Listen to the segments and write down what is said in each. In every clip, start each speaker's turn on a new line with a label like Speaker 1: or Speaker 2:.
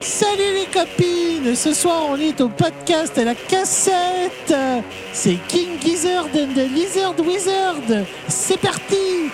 Speaker 1: Salut les copines, ce soir on est au podcast à la cassette. C'est King Gizzard and the Lizard Wizard. C'est parti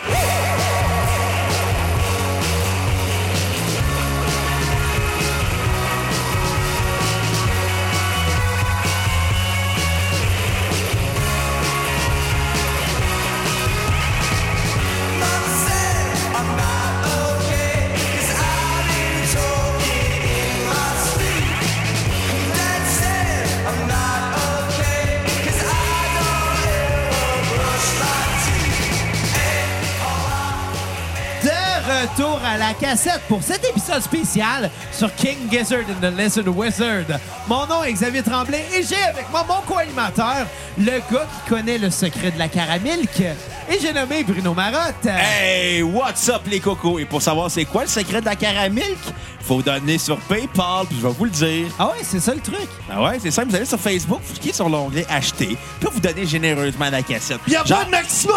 Speaker 2: De retour à la cassette pour cet épisode spécial sur King Gizzard and the Lizard Wizard. Mon nom est Xavier Tremblay et j'ai avec moi mon co-animateur, le gars qui connaît le secret de la caramilk, et j'ai nommé Bruno Marotte.
Speaker 3: Hey, what's up les cocos? Et pour savoir c'est quoi le secret de la caramilk, faut donner sur PayPal, puis je vais vous le dire.
Speaker 2: Ah ouais, c'est ça le truc.
Speaker 3: Ah ouais, c'est simple, vous allez sur Facebook, vous cliquez sur l'onglet acheter, puis vous donnez généreusement la cassette. Y'a pas de maximum!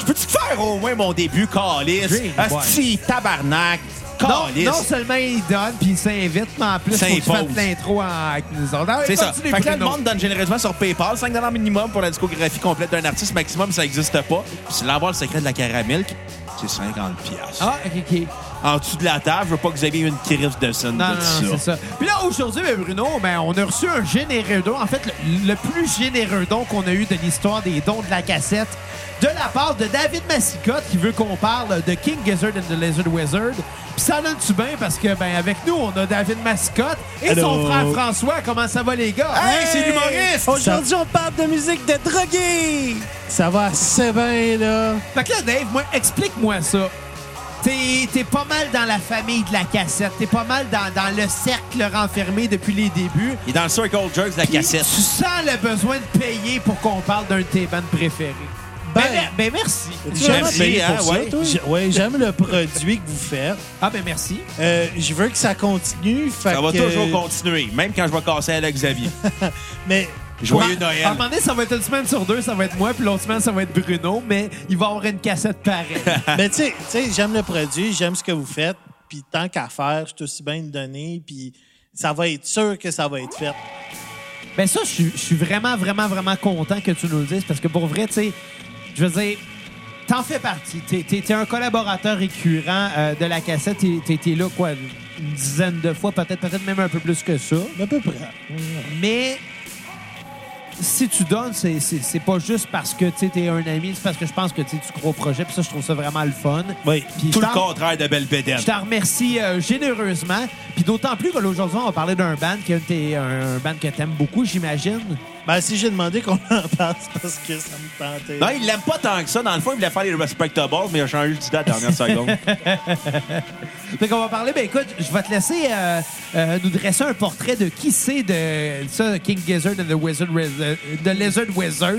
Speaker 3: Je peux-tu faire au moins mon début, calice?
Speaker 2: Dream,
Speaker 3: Asti, tabarnak,
Speaker 2: Non,
Speaker 3: calice.
Speaker 2: non seulement il donne, puis il s'invite, mais en plus, il faut que tu
Speaker 3: S'impose.
Speaker 2: fasses l'intro en- avec nous autres. Ah ouais,
Speaker 3: C'est ça.
Speaker 2: continue,
Speaker 3: Fait que là, le
Speaker 2: Bruno.
Speaker 3: monde donne généreusement sur PayPal 5 minimum pour la discographie complète d'un artiste maximum, ça n'existe pas. Puis si l'avoir le secret de la caramilk, c'est 50 piastres.
Speaker 2: Ah, ok, ok.
Speaker 3: En dessous de la table, je veux pas que vous ayez une crise de scène
Speaker 2: Non, non,
Speaker 3: de
Speaker 2: non, c'est ça. Puis là, aujourd'hui, ben, Bruno, ben, on a reçu un généreux don. En fait, le, le plus généreux don qu'on a eu de l'histoire des dons de la cassette de la part de David Massicotte qui veut qu'on parle de King Gizzard and the Lizard Wizard. Puis ça donne-tu bien parce que, ben, avec nous, on a David Massicotte et son
Speaker 3: Allô?
Speaker 2: frère François. Comment ça va, les gars?
Speaker 3: Hey, c'est l'humoriste!
Speaker 1: Aujourd'hui on parle de musique de drogués Ça va assez bien là
Speaker 2: Fait que là, Dave, moi, explique-moi ça. T'es t'es pas mal dans la famille de la cassette. T'es pas mal dans, dans le cercle renfermé depuis les débuts.
Speaker 3: Il est dans le Circle Jerks de la cassette.
Speaker 2: Tu sens le besoin de payer pour qu'on parle d'un de tes bandes préférées. Ben,
Speaker 1: Ben,
Speaker 2: ben, ben, merci.
Speaker 4: Tu
Speaker 3: J'aime
Speaker 4: vas
Speaker 3: ça,
Speaker 4: payer
Speaker 3: hein,
Speaker 4: pour ça,
Speaker 3: ouais.
Speaker 4: toi? J'- ouais, j'aime le produit que vous faites.
Speaker 2: Ah, ben merci.
Speaker 4: Euh, je veux que ça continue. fait
Speaker 3: Ça va
Speaker 4: que-
Speaker 3: toujours continuer, même quand je vais casser avec Xavier.
Speaker 4: Mais
Speaker 3: Joyeux
Speaker 2: Ben, À un
Speaker 3: Noël.
Speaker 2: moment donné, ça va être une semaine sur deux, ça va être moi, puis l'autre semaine, ça va être Bruno, mais il va avoir une cassette pareille.
Speaker 3: Ah.
Speaker 4: mais tu sais- tu sais, j'aime le produit, j'aime ce que vous faites, puis tant qu'à faire, je suis aussi bien de donner, puis ça va être sûr que ça va être fait.
Speaker 2: Ben ça, je suis- je suis vraiment, vraiment, vraiment content que tu nous le dises parce que pour vrai, tu sais, je veux dire, t'en fais partie. T'es es, un collaborateur récurrent euh, de la cassette. T'es- T'es t'es là, quoi, une dizaine de fois, peut-être peut-être même un peu plus que ça.
Speaker 4: À peu près.
Speaker 2: Mais si tu donnes, c'est- c'est c'est pas juste parce que tu es un ami, c'est parce que je pense que tu sais, tu crois au projet, puis ça, je trouve ça vraiment le fun.
Speaker 4: Oui.
Speaker 2: Puis
Speaker 3: Tout
Speaker 2: je
Speaker 3: le
Speaker 2: t'en-
Speaker 3: contraire de Belle Bédaine.
Speaker 2: Je t'en remercie euh, généreusement. Puis d'autant plus que là, aujourd'hui, on va parler d'un band qui est un de tes- un, un band que t'aimes beaucoup, j'imagine.
Speaker 4: Ben, si j'ai demandé qu'on en passe parce que ça me tentait.
Speaker 2: Ben,
Speaker 3: Non, il l'aime pas tant que ça. Dans le fond, il voulait faire les Respectables, mais il a changé d'idée à la dernière seconde.
Speaker 2: Fait qu'on va parler, ben écoute, je vais te laisser euh, euh, nous dresser un portrait de qui c'est de ça, King Gizzard and the Wizard, euh, the Lizard Wizard.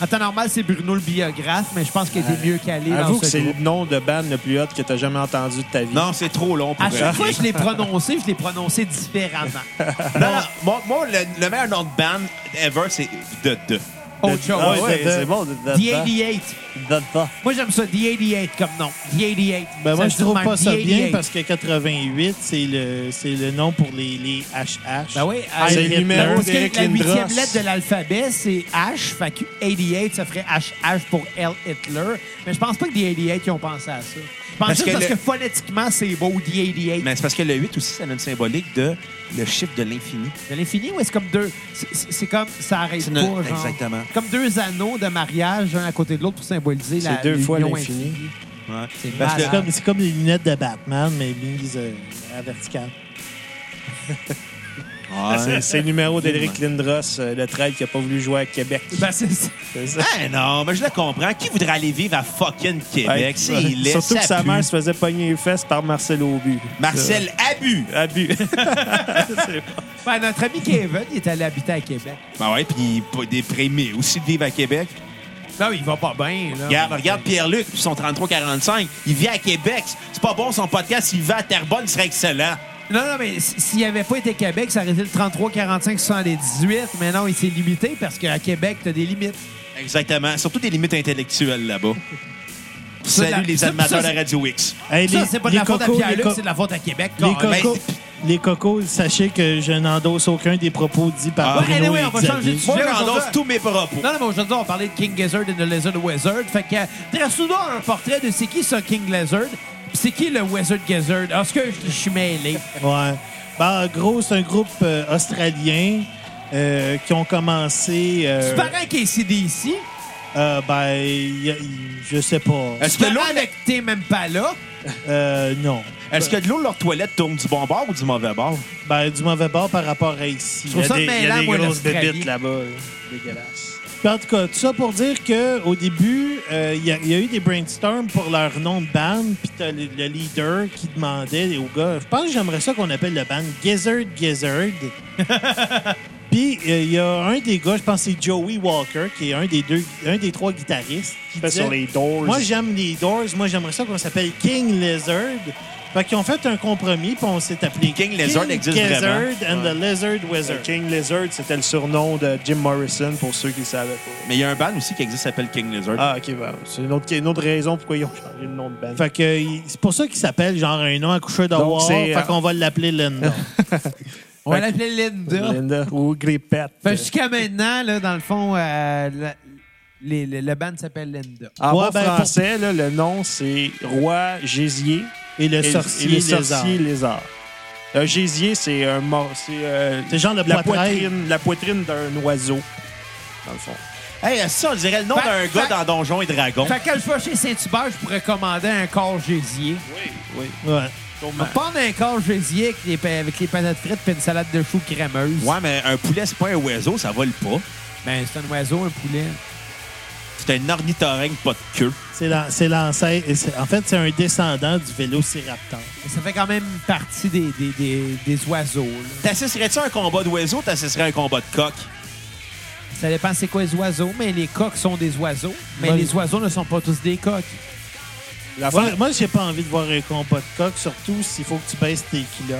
Speaker 2: En temps normal, c'est Bruno le biographe, mais je pense qu'il était mieux calé
Speaker 5: Avoue
Speaker 2: dans
Speaker 5: que
Speaker 2: ce
Speaker 5: c'est le
Speaker 2: groupe.
Speaker 5: nom de band le plus hot que t'as jamais entendu de ta vie.
Speaker 3: Non, c'est trop long pour
Speaker 2: À chaque
Speaker 3: rien.
Speaker 2: fois que je l'ai prononcé, je l'ai prononcé différemment.
Speaker 3: Non, non, moi, moi, le, le meilleur nom de band ever, c'est de, de.
Speaker 2: Autre chose.
Speaker 5: Ah ouais,
Speaker 4: ouais,
Speaker 5: c'est
Speaker 4: de-
Speaker 5: bon. de-
Speaker 2: The
Speaker 5: de-
Speaker 2: 88.
Speaker 5: de- de-
Speaker 2: Moi, j'aime ça, The 88 comme nom. The 88.
Speaker 4: Ben moi,
Speaker 2: Ça
Speaker 4: je
Speaker 2: se dit
Speaker 4: trouve
Speaker 2: de
Speaker 4: pas
Speaker 2: même,
Speaker 4: ça
Speaker 2: The
Speaker 4: bien
Speaker 2: 88.
Speaker 4: parce que 88, c'est le, c'est le nom pour les, les HH.
Speaker 2: Ben oui,
Speaker 4: C'est
Speaker 2: euh,
Speaker 4: le numéro
Speaker 2: parce que
Speaker 5: d'Éric
Speaker 2: La huitième
Speaker 5: Lindros.
Speaker 2: lettre de l'alphabet, c'est H. Fait que 88, ça ferait HH pour L. Hitler. Mais je pense pas que des 88 ils ont pensé à ça. Je pense
Speaker 3: Parce
Speaker 2: juste
Speaker 3: que
Speaker 2: parce
Speaker 3: le-
Speaker 2: que phonétiquement, c'est beau, The 88.
Speaker 3: Mais c'est parce que le 8 aussi, ça a une symbolique de le chiffre de l'infini.
Speaker 2: De l'infini, ou est-ce comme deux... c'est- C'est c'est comme... Ça arrête
Speaker 3: C'est
Speaker 2: pas,
Speaker 3: une-
Speaker 2: genre.
Speaker 3: exactement.
Speaker 2: Comme deux anneaux de mariage, un à côté de l'autre, pour symboliser la
Speaker 5: C'est deux fois
Speaker 2: l'union
Speaker 5: l'infini.
Speaker 2: infinie.
Speaker 3: Ouais.
Speaker 2: C'est
Speaker 3: Parce que-
Speaker 4: C'est comme, c'est comme les lunettes de Batman, mais mises euh, à verticale.
Speaker 3: Ouais.
Speaker 5: Ah, C'est- C'est le numéro d'Éric Lindros, euh, le trail qui a pas voulu jouer à Québec.
Speaker 2: Ben, c'est ça.
Speaker 5: C'est ça.
Speaker 3: Ah non, mais je le comprends. Qui voudrait aller vivre à fucking
Speaker 5: Ouais.
Speaker 3: Québec? C'est laid,
Speaker 5: Surtout
Speaker 3: ça
Speaker 5: que sa
Speaker 3: pue.
Speaker 5: mère se faisait pogner les fesses par Marcel Aubu.
Speaker 3: Marcel Abu.
Speaker 5: Ça, Abu.
Speaker 2: Ben, notre ami Kevin, il est allé habiter à Québec.
Speaker 3: Ben ouais, puis il est déprimé aussi de vivre à Québec.
Speaker 2: Non, Ben il va pas bien, là.
Speaker 3: Regarde, regarde Pierre-Luc, puis son 33-45. Il vit à Québec. C'est pas bon son podcast. S'il va à Terrebonne, il serait excellent.
Speaker 2: Non, non, mais s- s'il avait pas été Québec, ça aurait été le 33, 45, 78. Mais non, il s'est limité parce qu'à Québec, t'as des limites.
Speaker 3: Exactement. Surtout des limites intellectuelles là-bas.
Speaker 2: Ça,
Speaker 3: Salut
Speaker 2: la-
Speaker 3: les
Speaker 2: ça,
Speaker 3: animateurs
Speaker 2: ça,
Speaker 3: de Radio X.
Speaker 4: Hey,
Speaker 2: Ça,
Speaker 4: les-
Speaker 2: c'est pas de
Speaker 4: les
Speaker 2: la faute à
Speaker 4: cocos, les
Speaker 2: Pierre-Luc,
Speaker 4: co-
Speaker 2: Ben, c'est hein. de la faute à Québec.
Speaker 4: Les
Speaker 2: carrément.
Speaker 4: cocos, les cocos, sachez que je n'endosse aucun des propos dits par
Speaker 3: Ah.
Speaker 4: Bruno
Speaker 2: Ouais, anyway,
Speaker 4: et
Speaker 2: on va
Speaker 4: Xavier.
Speaker 2: changer de sujet.
Speaker 3: Moi,
Speaker 2: J'ai
Speaker 3: j'endosse
Speaker 2: aujourd'hui-
Speaker 3: tous mes propos.
Speaker 2: Ben, Non, non, mais aujourd'hui, on parlait de King Gizzard and the Lizard Wizard. Fait que euh, très souvent, un portrait de c'est qui ce King Lizard? Puis c'est qui le Wizard Gizzard? Est-ce que je je suis
Speaker 4: Euh,
Speaker 2: mêlé?
Speaker 4: Ouais. Ben, en gros, c'est un groupe euh, australien euh, qui ont commencé. euh,
Speaker 2: Tu parles qui est ici.
Speaker 4: euh, ben, y- y- je sais pas.
Speaker 3: Est-ce que l'eau-
Speaker 2: avec t'es même pas là?
Speaker 4: Euh, non.
Speaker 3: Est-ce que de l'eau, leur toilette tourne du bon bord ou du mauvais bord?
Speaker 4: Ben, du mauvais bord par rapport à ici.
Speaker 2: trouve
Speaker 5: Il y a
Speaker 2: ça
Speaker 5: des, il y a
Speaker 2: mêlant,
Speaker 5: des
Speaker 2: moi,
Speaker 5: grosses
Speaker 2: l'Australie.
Speaker 5: bébites là-bas. là. Dégueulasse.
Speaker 4: Puis en tout cas, tout ça pour dire qu'au début, euh, il y, a- il y a eu des brainstorms pour leur nom de band, puis t'as le, le leader qui demandait aux gars, je pense que j'aimerais ça qu'on appelle le band Gizzard Gizzard. puis euh, il y a un des gars, je pense que c'est Joey Walker, qui est un des deux, un des trois guitaristes, qui
Speaker 5: Fait
Speaker 4: disait,
Speaker 5: sur les doors.
Speaker 4: moi j'aime les Doors, moi j'aimerais ça qu'on s'appelle King Lizard. Fait qu'ils ont fait un compromis, puis on s'est appelé
Speaker 3: King Lizard existe
Speaker 4: Gizzard
Speaker 3: vraiment.
Speaker 4: and the Lizard Wizard.
Speaker 5: The Euh, King Lizard, c'était le surnom de Jim Morrison pour ceux qui ne savaient pas.
Speaker 3: Mais il y a un band aussi qui existe qui s'appelle King Lizard.
Speaker 5: Ah, ok, bah, c'est une autre, une autre raison pourquoi ils ont changé le nom de band.
Speaker 4: Fait que euh, il- c'est pour ça qu'il s'appelle genre un nom à coucher d'avoir.
Speaker 5: c'est,
Speaker 4: Fait
Speaker 5: euh,
Speaker 4: qu'on va l'appeler Linda.
Speaker 2: On l'appelait Linda.
Speaker 5: Linda ou Grippette.
Speaker 2: Fait que jusqu'à maintenant, là, dans le fond, euh, la- les- le, le band s'appelle Linda.
Speaker 5: En
Speaker 4: Ouais,
Speaker 5: bon
Speaker 4: ben, pour-
Speaker 5: français, là, le nom, c'est Roi Gésier
Speaker 4: Et le
Speaker 5: et,
Speaker 4: sorcier
Speaker 5: et le
Speaker 4: lézard.
Speaker 5: sorcier lézard. Un gésier, c'est un mor- c'est euh,
Speaker 4: C'est genre le
Speaker 5: la
Speaker 4: poitrail.
Speaker 5: poitrine, la poitrine d'un oiseau, dans le fond.
Speaker 3: Hey, ça, on dirait le nom
Speaker 2: Fait-
Speaker 3: d'un
Speaker 2: fait-
Speaker 3: gars dans Donjons et Dragons.
Speaker 2: Fait que quand je vais chez Saint-Hubert, je pourrais commander un corps gésier.
Speaker 5: Oui, oui.
Speaker 4: Ouais.
Speaker 2: On va prendre un corps gésier avec les, pa- avec les patates frites et une salade de choux crémeuse.
Speaker 3: Ouais, mais un poulet, c'est pas un oiseau, ça vole pas.
Speaker 2: Ben, c'est un oiseau, un poulet.
Speaker 3: C'est un ornithorynque, pas de queue.
Speaker 4: C'est l'an- C'est l'ancêtre. et c'est- En fait, c'est un descendant du vélociraptor.
Speaker 2: Mais ça fait quand même partie des, des, des, des oiseaux. là.
Speaker 3: T'assisterais-tu à un combat d'oiseau ou t'assisterais à un combat de coq?
Speaker 2: Ça dépend c'est quoi les oiseaux, mais les coqs sont des oiseaux. Mais
Speaker 4: Ouais.
Speaker 2: les oiseaux ne sont pas tous des coqs.
Speaker 5: La
Speaker 4: Ouais, moi, j'ai pas envie de voir un combat de coq, surtout s'il faut que tu baisses tes kilos.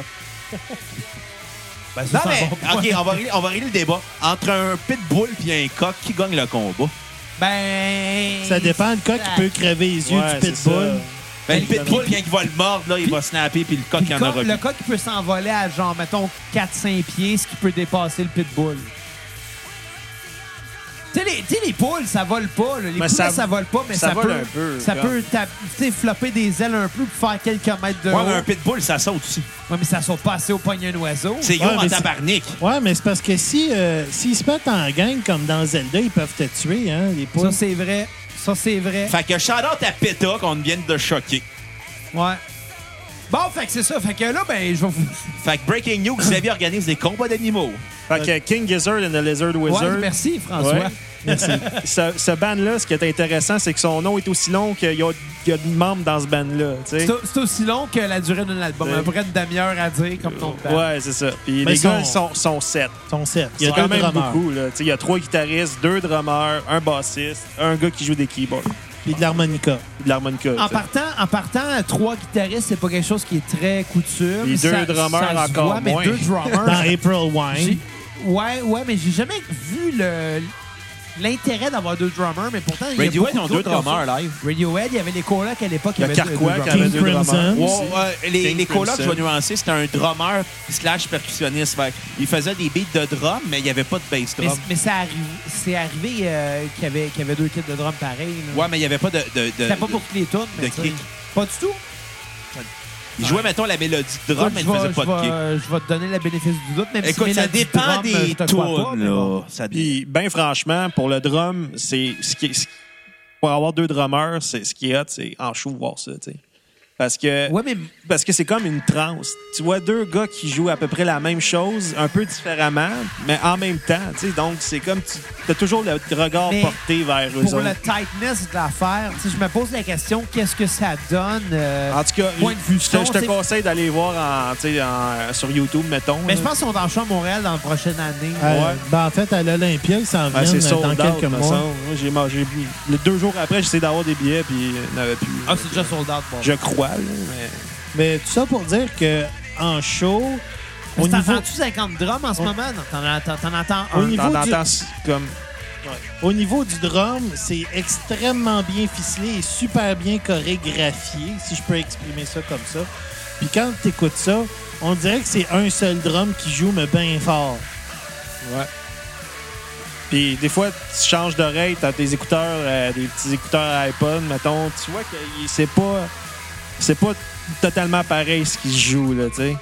Speaker 2: Ben, ça,
Speaker 3: Non,
Speaker 2: c'est un
Speaker 3: mais,
Speaker 2: bon point.
Speaker 3: OK, on va, régler- on va régler le débat. Entre un pitbull et un coq, qui gagne le combat?
Speaker 2: Ben.
Speaker 4: Ça dépend. Le coq, il peut crever les yeux
Speaker 5: Ouais,
Speaker 4: du
Speaker 5: c'est
Speaker 4: pitbull.
Speaker 5: ça.
Speaker 3: Ben, le pitbull, bien qu'il va le mordre, là, il va snapper, puis le coq,
Speaker 2: Puis
Speaker 3: il en
Speaker 2: coq-
Speaker 3: aura
Speaker 2: le
Speaker 3: plus.
Speaker 2: coq il peut s'envoler à genre, mettons, 4-5 pieds, ce qui peut dépasser le pitbull. Tu sais, les, tu sais, les poules, ça vole pas. là. Les
Speaker 5: Mais
Speaker 2: poulets, ça,
Speaker 5: ça-
Speaker 2: vole pas, mais ça,
Speaker 5: ça vole
Speaker 2: peut,
Speaker 5: un peu,
Speaker 2: ça
Speaker 5: comme.
Speaker 2: peut tap- tu sais, flopper des ailes un peu pour faire quelques mètres de
Speaker 3: Ouais,
Speaker 2: haut.
Speaker 3: mais un pitbull, ça saute aussi.
Speaker 2: Ouais, mais ça saute pas assez au poignet d'un oiseau.
Speaker 3: C'est gros
Speaker 4: Ouais,
Speaker 3: en
Speaker 4: mais c'est-
Speaker 3: tabarnak.
Speaker 4: Ouais, mais c'est parce que si euh, s'ils se mettent en gang comme dans Zelda, ils peuvent te tuer, hein, les poules.
Speaker 2: Ça, c'est vrai. Ça, c'est vrai.
Speaker 3: Fait que shout-out à PETA qu'on vienne de choquer.
Speaker 2: Ouais. Bon, fait que c'est ça. Fait que là, ben, je vais vous.
Speaker 3: Fait que Breaking News, Xavier organise des combats d'animaux.
Speaker 5: Fait que King Gizzard and the Lizard Wizard.
Speaker 2: Ouais, merci, François.
Speaker 5: Ouais. ce, ce band-là, ce qui est intéressant, c'est que son nom est aussi long qu'il y a, il y a de membres dans ce band-là. tu sais.
Speaker 2: C'est au- C'est aussi long que la durée d'un album. À peu près une demi-heure à dire, comme ton père.
Speaker 5: Euh, Ouais, c'est ça. Puis
Speaker 4: Mais
Speaker 5: les
Speaker 4: son-
Speaker 5: gars, ils sont, sont sept.
Speaker 4: Son set. Il
Speaker 5: Il
Speaker 4: y a
Speaker 5: quand
Speaker 4: deux
Speaker 5: même
Speaker 4: drummers.
Speaker 5: beaucoup. là. Tu sais, Il y a trois guitaristes, deux drummers, un bassiste, un gars qui joue des keyboards, puis
Speaker 4: Puis de l'harmonica.
Speaker 5: de l'harmonica.
Speaker 2: En
Speaker 5: tu sais.
Speaker 2: partant, en partant, trois guitaristes, c'est pas quelque chose qui est très coutume.
Speaker 5: Les deux
Speaker 2: Ça-
Speaker 5: drummers
Speaker 2: ça se
Speaker 5: encore
Speaker 2: voit, mais
Speaker 5: moins.
Speaker 2: deux
Speaker 4: Dans
Speaker 2: drummers.
Speaker 4: April
Speaker 2: j'ai-
Speaker 4: Wine.
Speaker 2: ouais, ouais, mais j'ai jamais vu le l'intérêt d'avoir deux drummers, mais pourtant. il y a
Speaker 3: Radiohead,
Speaker 2: beaucoup
Speaker 3: ils ont deux
Speaker 2: d'autres qui
Speaker 3: drummers
Speaker 2: ça.
Speaker 3: live.
Speaker 2: Radiohead, il y avait les colocs à l'époque. qui
Speaker 5: Le
Speaker 2: avaient deux-
Speaker 5: Carquois
Speaker 2: deux
Speaker 5: qui
Speaker 2: drummers.
Speaker 5: avait
Speaker 4: King
Speaker 5: deux drummers.
Speaker 4: Crimson.
Speaker 3: Ouais, ouais, les,
Speaker 5: King
Speaker 3: les colocs,
Speaker 5: Crimson.
Speaker 3: je vais nuancer, c'était un drummer slash percussionniste. Fait il faisait des beats de drum, mais il n'y avait pas de bass
Speaker 2: Mais,
Speaker 3: drum.
Speaker 2: mais c'est arrivé, c'est arrivé euh, qu'il y, avait, qu'il y avait deux kits de drum pareils. là.
Speaker 3: Ouais, mais il n'y avait pas de. de, de-
Speaker 2: C'était pas pour toutes les tunes, mais
Speaker 3: de
Speaker 2: tu sais,
Speaker 3: kick.
Speaker 2: Pas du tout.
Speaker 3: Il jouait, mettons, la mélodie de drum, mais il
Speaker 2: Écoute,
Speaker 3: ne
Speaker 2: je
Speaker 3: faisait
Speaker 2: vais-
Speaker 3: pas
Speaker 2: je
Speaker 3: de kick.
Speaker 2: vais- Je vais te donner le bénéfice du doute, même si
Speaker 3: Écoute, ça
Speaker 2: Mélodie
Speaker 3: dépend
Speaker 2: drum, euh, je
Speaker 3: des
Speaker 2: te crois pas,
Speaker 3: tunes,
Speaker 2: mais bon.
Speaker 3: là. Ça dé-
Speaker 5: Puis, ben franchement, pour le drum, c'est ce qui est- ce- pour avoir deux drummers, c'est ce qui est hot, c'est en chou voir ça, tu sais. Parce que
Speaker 2: Ouais, mais
Speaker 5: parce que c'est comme une transe. Tu vois deux gars qui jouent à peu près la même chose, un peu différemment, mais en même temps, tu sais. Donc c'est comme tu as toujours le regard
Speaker 2: Mais
Speaker 5: porté vers eux
Speaker 2: pour
Speaker 5: autres.
Speaker 2: le tightness de l'affaire, tu sais, je me pose la question, qu'est-ce que ça donne? euh,
Speaker 5: En tout cas,
Speaker 2: point de vue
Speaker 5: je te,
Speaker 2: son,
Speaker 5: je te
Speaker 2: tu sais.
Speaker 5: conseille d'aller voir en, tu sais, en- sur YouTube, mettons.
Speaker 2: mais
Speaker 5: là.
Speaker 2: je pense qu'on en choix à Montréal dans la prochaine année.
Speaker 4: Euh,
Speaker 5: Ouais.
Speaker 4: ben, en fait, à l'Olympia, ils s'en
Speaker 5: Ouais,
Speaker 4: viennent
Speaker 5: Ah, c'est sold
Speaker 4: dans
Speaker 5: out,
Speaker 4: quelques
Speaker 5: me
Speaker 4: mois.
Speaker 5: semble. Moi, J'ai mangé. les Deux jours après, j'essayais d'avoir des billets, puis euh, n'avait plus.
Speaker 2: Ah, c'est déjà sold out, bon.
Speaker 5: Je crois, là, mais.
Speaker 4: Mais tout ça pour dire que en show, au
Speaker 2: Mais
Speaker 4: niveau,
Speaker 2: T'entends-tu 50 drums en ce moment? Non, t'en- T'en t'en entends
Speaker 4: Au
Speaker 2: un.
Speaker 4: niveau
Speaker 5: T'en
Speaker 4: du-
Speaker 5: entends s- comme.
Speaker 4: au niveau du drum, c'est extrêmement bien ficelé et super bien chorégraphié, si je peux exprimer ça comme ça. Puis quand t'écoutes ça, on dirait que c'est un seul drum qui joue, mais bien fort.
Speaker 5: Ouais. Puis des fois, tu changes d'oreille, t'as tes écouteurs, euh, des petits écouteurs iPod, mettons, tu vois que il- c'est pas. C'est pas totalement pareil ce qui se joue, là, tu sais.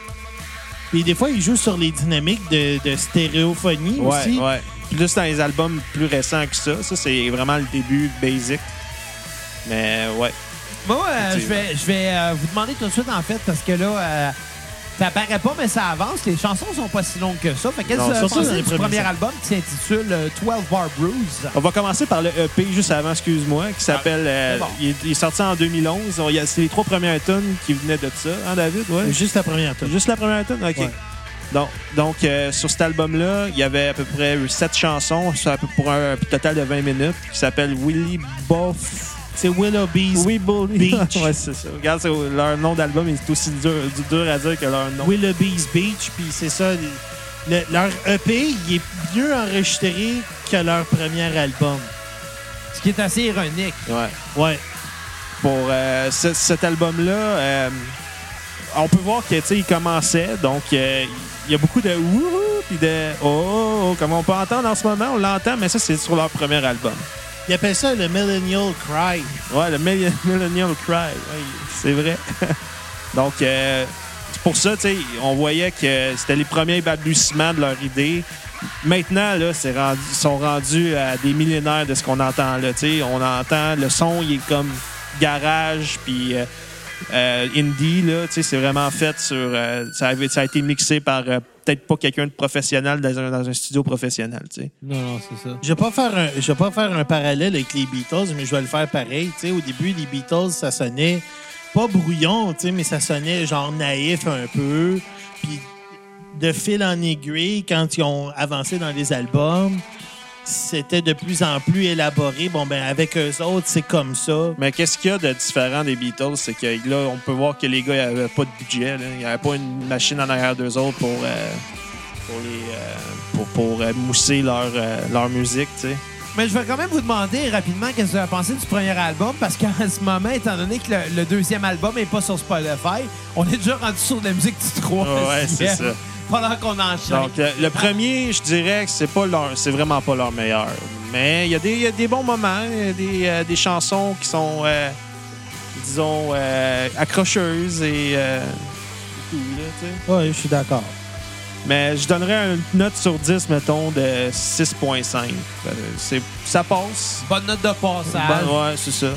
Speaker 4: Puis des fois, il joue sur les dynamiques de, de stéréophonie
Speaker 5: Ouais,
Speaker 4: aussi.
Speaker 5: ouais. Plus dans les albums plus récents que ça, ça, c'est vraiment le début basic. Mais ouais.
Speaker 2: Moi, euh, je
Speaker 5: Effectivement.
Speaker 2: vais, je vais euh, vous demander tout de suite, en fait, parce que là, euh, ça paraît pas, mais ça avance. Les chansons sont pas si longues que ça. Fait qu'est-ce
Speaker 4: Non,
Speaker 2: que vous
Speaker 4: surtout dans
Speaker 2: pensez
Speaker 4: les
Speaker 2: du
Speaker 4: premiers
Speaker 2: premier
Speaker 4: sons.
Speaker 2: album qui s'intitule euh, 12 Bar Brews?
Speaker 5: On va commencer par le EP juste avant, excuse-moi, qui s'appelle. euh,
Speaker 2: Ah, c'est bon.
Speaker 5: il, est- il est sorti en 2011. On- il y a- C'est les trois premières tonnes qui venaient de ça, hein, David? Ouais.
Speaker 4: Juste la première tune.
Speaker 5: Juste la première tune? OK.
Speaker 4: Ouais.
Speaker 5: Donc, donc euh, sur cet album-là, il y avait à peu près sept chansons sur à peu- pour un total de 20 minutes qui s'appelle Willy Boff.
Speaker 4: C'est Willoughby's.
Speaker 5: Oui,
Speaker 4: Beach.
Speaker 5: ouais, c'est ça. Regarde, c'est- leur nom d'album est aussi dur, dur à dire que leur nom.
Speaker 4: Willoughby's Beach, puis c'est ça. les- le- leur EP, il est mieux enregistré que leur premier album.
Speaker 2: Ce qui est assez ironique.
Speaker 5: Ouais.
Speaker 4: Ouais.
Speaker 5: pour euh, ce- cet album-là, euh, on peut voir que tu sais, il commençait, donc euh, il y a beaucoup de wouhou puis de oh, oh, oh, comme on peut entendre en ce moment, on l'entend, mais ça c'est sur leur premier album.
Speaker 4: Ils appellent ça le Millennial Cry.
Speaker 5: Ouais, le Millen- Millennial Cry, ouais, c'est vrai. donc euh, c'est pour ça, tu sais, on voyait que c'était les premiers balbutiements de leur idée. Maintenant, là, c'est rendu, ils sont rendus à des millénaires de ce qu'on entend là. Tu sais, on entend le son, il est comme garage, puis euh, euh, indie là. Tu sais, c'est vraiment fait sur. euh, ça, avait- ça a été mixé par euh, peut-être pas quelqu'un de professionnel dans un, dans un studio professionnel. Tu sais.
Speaker 2: Non, non, c'est ça.
Speaker 4: Je vais pas faire un, je vais pas faire un parallèle avec les Beatles, mais je vais le faire pareil. Tu sais, au début, les Beatles, ça sonnait pas brouillon, tu sais, mais ça sonnait genre naïf un peu. Puis de fil en aiguille, quand ils ont avancé dans les albums, c'était de plus en plus élaboré. Bon ben avec eux autres, c'est comme ça.
Speaker 5: Mais qu'est-ce qu'il y a de différent des Beatles? C'est que là, on peut voir que les gars n'avaient pas de budget. là. Il n'y avait pas une machine en arrière d'eux autres pour, euh, pour, les, euh, pour, pour, euh, mousser leur, euh, leur musique. tu sais.
Speaker 2: Mais je vais quand même vous demander rapidement qu'est-ce que vous avez pensé du premier album, parce qu'en ce moment, étant donné que le, le deuxième album n'est pas sur Spotify, on est déjà rendu sur de la musique du 3.
Speaker 5: Ouais, c'est ça.
Speaker 2: Pendant qu'on enchaîne.
Speaker 5: Donc, euh, le, le premier, je dirais que c'est pas leur, c'est vraiment pas leur meilleur. Mais il y, a des- il y a des bons moments, il y a des, euh, des chansons qui sont, euh, disons, euh, accrocheuses et euh, tout, là, tu sais.
Speaker 4: Ouais, je suis d'accord.
Speaker 5: Mais je donnerais une note sur 10, mettons, de 6.5. Euh, c'est- ça passe.
Speaker 2: Bonne note de passage.
Speaker 5: Ben, ouais, c'est ça.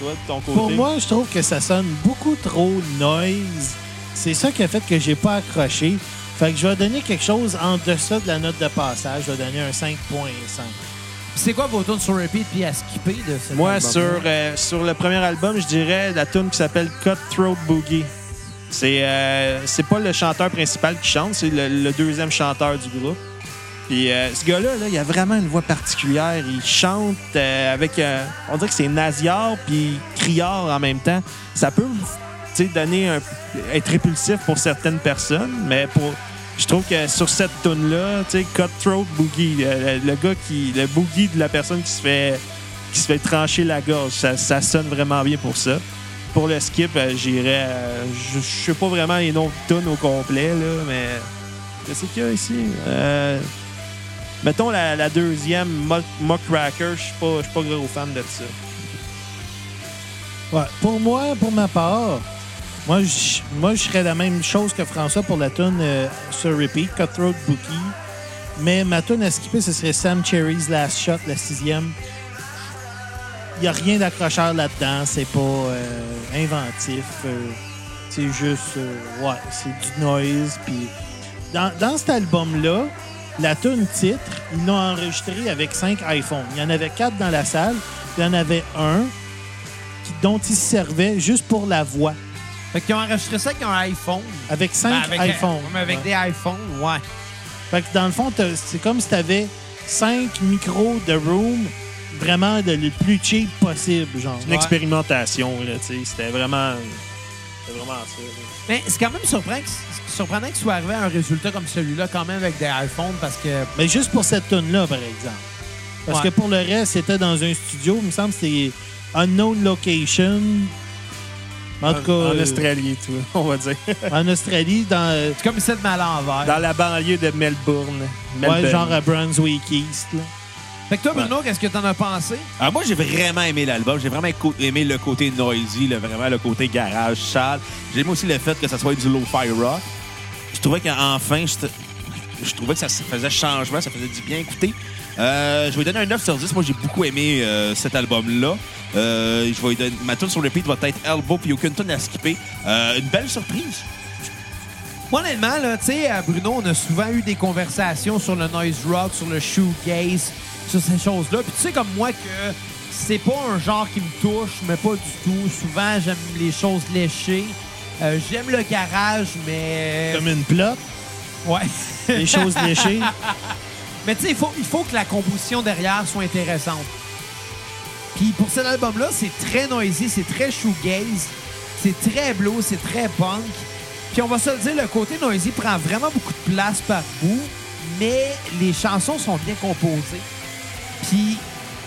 Speaker 5: Toi, de ton côté.
Speaker 4: Pour moi, je trouve que ça sonne beaucoup trop noise. C'est ça qui a fait que j'ai pas accroché. Fait que je vais donner quelque chose en deçà de la note de passage. Je vais donner un 5.5.
Speaker 2: C'est quoi vos tunes sur repeat puis à skipper de ce
Speaker 5: Moi, sur, euh, sur le premier album, je dirais la tune qui s'appelle Cutthroat Boogie. C'est euh, c'est pas le chanteur principal qui chante, c'est le, le deuxième chanteur du groupe. Puis euh, ce gars-là, là, il a vraiment une voix particulière. Il chante euh, avec, euh, on dirait que c'est nasillard puis criard en même temps. Ça peut, tu sais, donner un, être répulsif pour certaines personnes, mais pour, je trouve que sur cette tune là, tu sais, Cutthroat Boogie, euh, le, le gars qui, le boogie de la personne qui se fait qui se fait trancher la gorge. Ça, ça sonne vraiment bien pour ça. Pour le skip, euh, j'irais. euh, je je sais pas vraiment les noms de tunes au complet, là, mais. Qu'est-ce qu'il y a ici? Euh, mettons la, la deuxième, Muck- Muckraker. Je suis pas, je suis pas gros fan de ça.
Speaker 4: Ouais. Pour moi, pour ma part, moi, je, moi, je serais la même chose que François pour la tune euh, sur repeat, Cutthroat Bookie. Mais ma tune à skipper, ce serait Sam Cherry's Last Shot, la sixième. Il n'y a rien d'accrocheur là-dedans. C'est pas euh, inventif. euh, c'est juste, euh, ouais, c'est du noise. Puis dans, dans cet album-là, la tune titre, ils l'ont enregistrée avec cinq iPhones. Il y en avait quatre dans la salle. puis Il y en avait un qui- dont il se servait juste pour la voix,
Speaker 2: Fait qu'ils ont enregistré ça avec un iPhone.
Speaker 4: avec cinq
Speaker 2: Ben, avec
Speaker 4: iPhones.
Speaker 2: mais avec
Speaker 4: Ouais.
Speaker 2: des iPhones, ouais.
Speaker 4: Fait que dans le fond, t'as- c'est comme si tu avais cinq micros de room vraiment de- le plus cheap possible, genre.
Speaker 5: Une
Speaker 2: Ouais.
Speaker 5: expérimentation, là, tu sais. C'était vraiment. C'était vraiment ça. là.
Speaker 2: Mais c'est quand même surprenant que, surprenant que soit arrivé un résultat comme celui-là, quand même, avec des iPhones, parce que.
Speaker 4: Mais juste pour cette tune là par exemple. Parce
Speaker 2: Ouais.
Speaker 4: que pour le reste, c'était dans un studio, il me semble que c'était Unknown Location.
Speaker 1: En tout cas,
Speaker 5: en
Speaker 1: euh,
Speaker 5: Australie, tout, on va dire.
Speaker 4: euh,
Speaker 1: en Australie, dans, euh,
Speaker 2: C'est comme ici de mal à l'envers.
Speaker 5: Dans la banlieue de Melbourne. Melbourne.
Speaker 1: ouais, genre à Brunswick East. là.
Speaker 2: Fait que toi, Bruno, qu'est-ce que t'en as pensé?
Speaker 3: Ah, moi, j'ai vraiment aimé l'album. J'ai vraiment éco- aimé le côté noisy, le, vraiment le côté garage sale. J'ai aimé aussi le fait que ça soit du low-fi rock. Je trouvais qu'enfin, je, je trouvais que ça se faisait changement, ça faisait du bien écouter. Euh, je vais donner un 9 sur 10. Moi, j'ai beaucoup aimé euh, cet album-là. Euh, je vais lui donner- Ma tune sur repeat va être Elbow, puis aucune tune à skipper. Euh, une belle surprise.
Speaker 2: Moi, honnêtement, là, tu sais, euh, Bruno, on a souvent eu des conversations sur le noise rock, sur le shoegaze, sur ces choses-là. Puis tu sais, comme moi, que c'est pas un genre qui me touche, mais pas du tout. Souvent, j'aime les choses léchées. Euh, j'aime le garage, mais... euh,
Speaker 4: Comme une plotte,
Speaker 2: Ouais.
Speaker 4: les choses léchées.
Speaker 2: Mais tu sais, il faut, il faut que la composition derrière soit intéressante. Puis pour cet album-là, c'est très noisy, c'est très shoegaze, c'est très blue, c'est très punk. Puis on va se le dire, le côté noisy prend vraiment beaucoup de place par bout, mais les chansons sont bien composées. Puis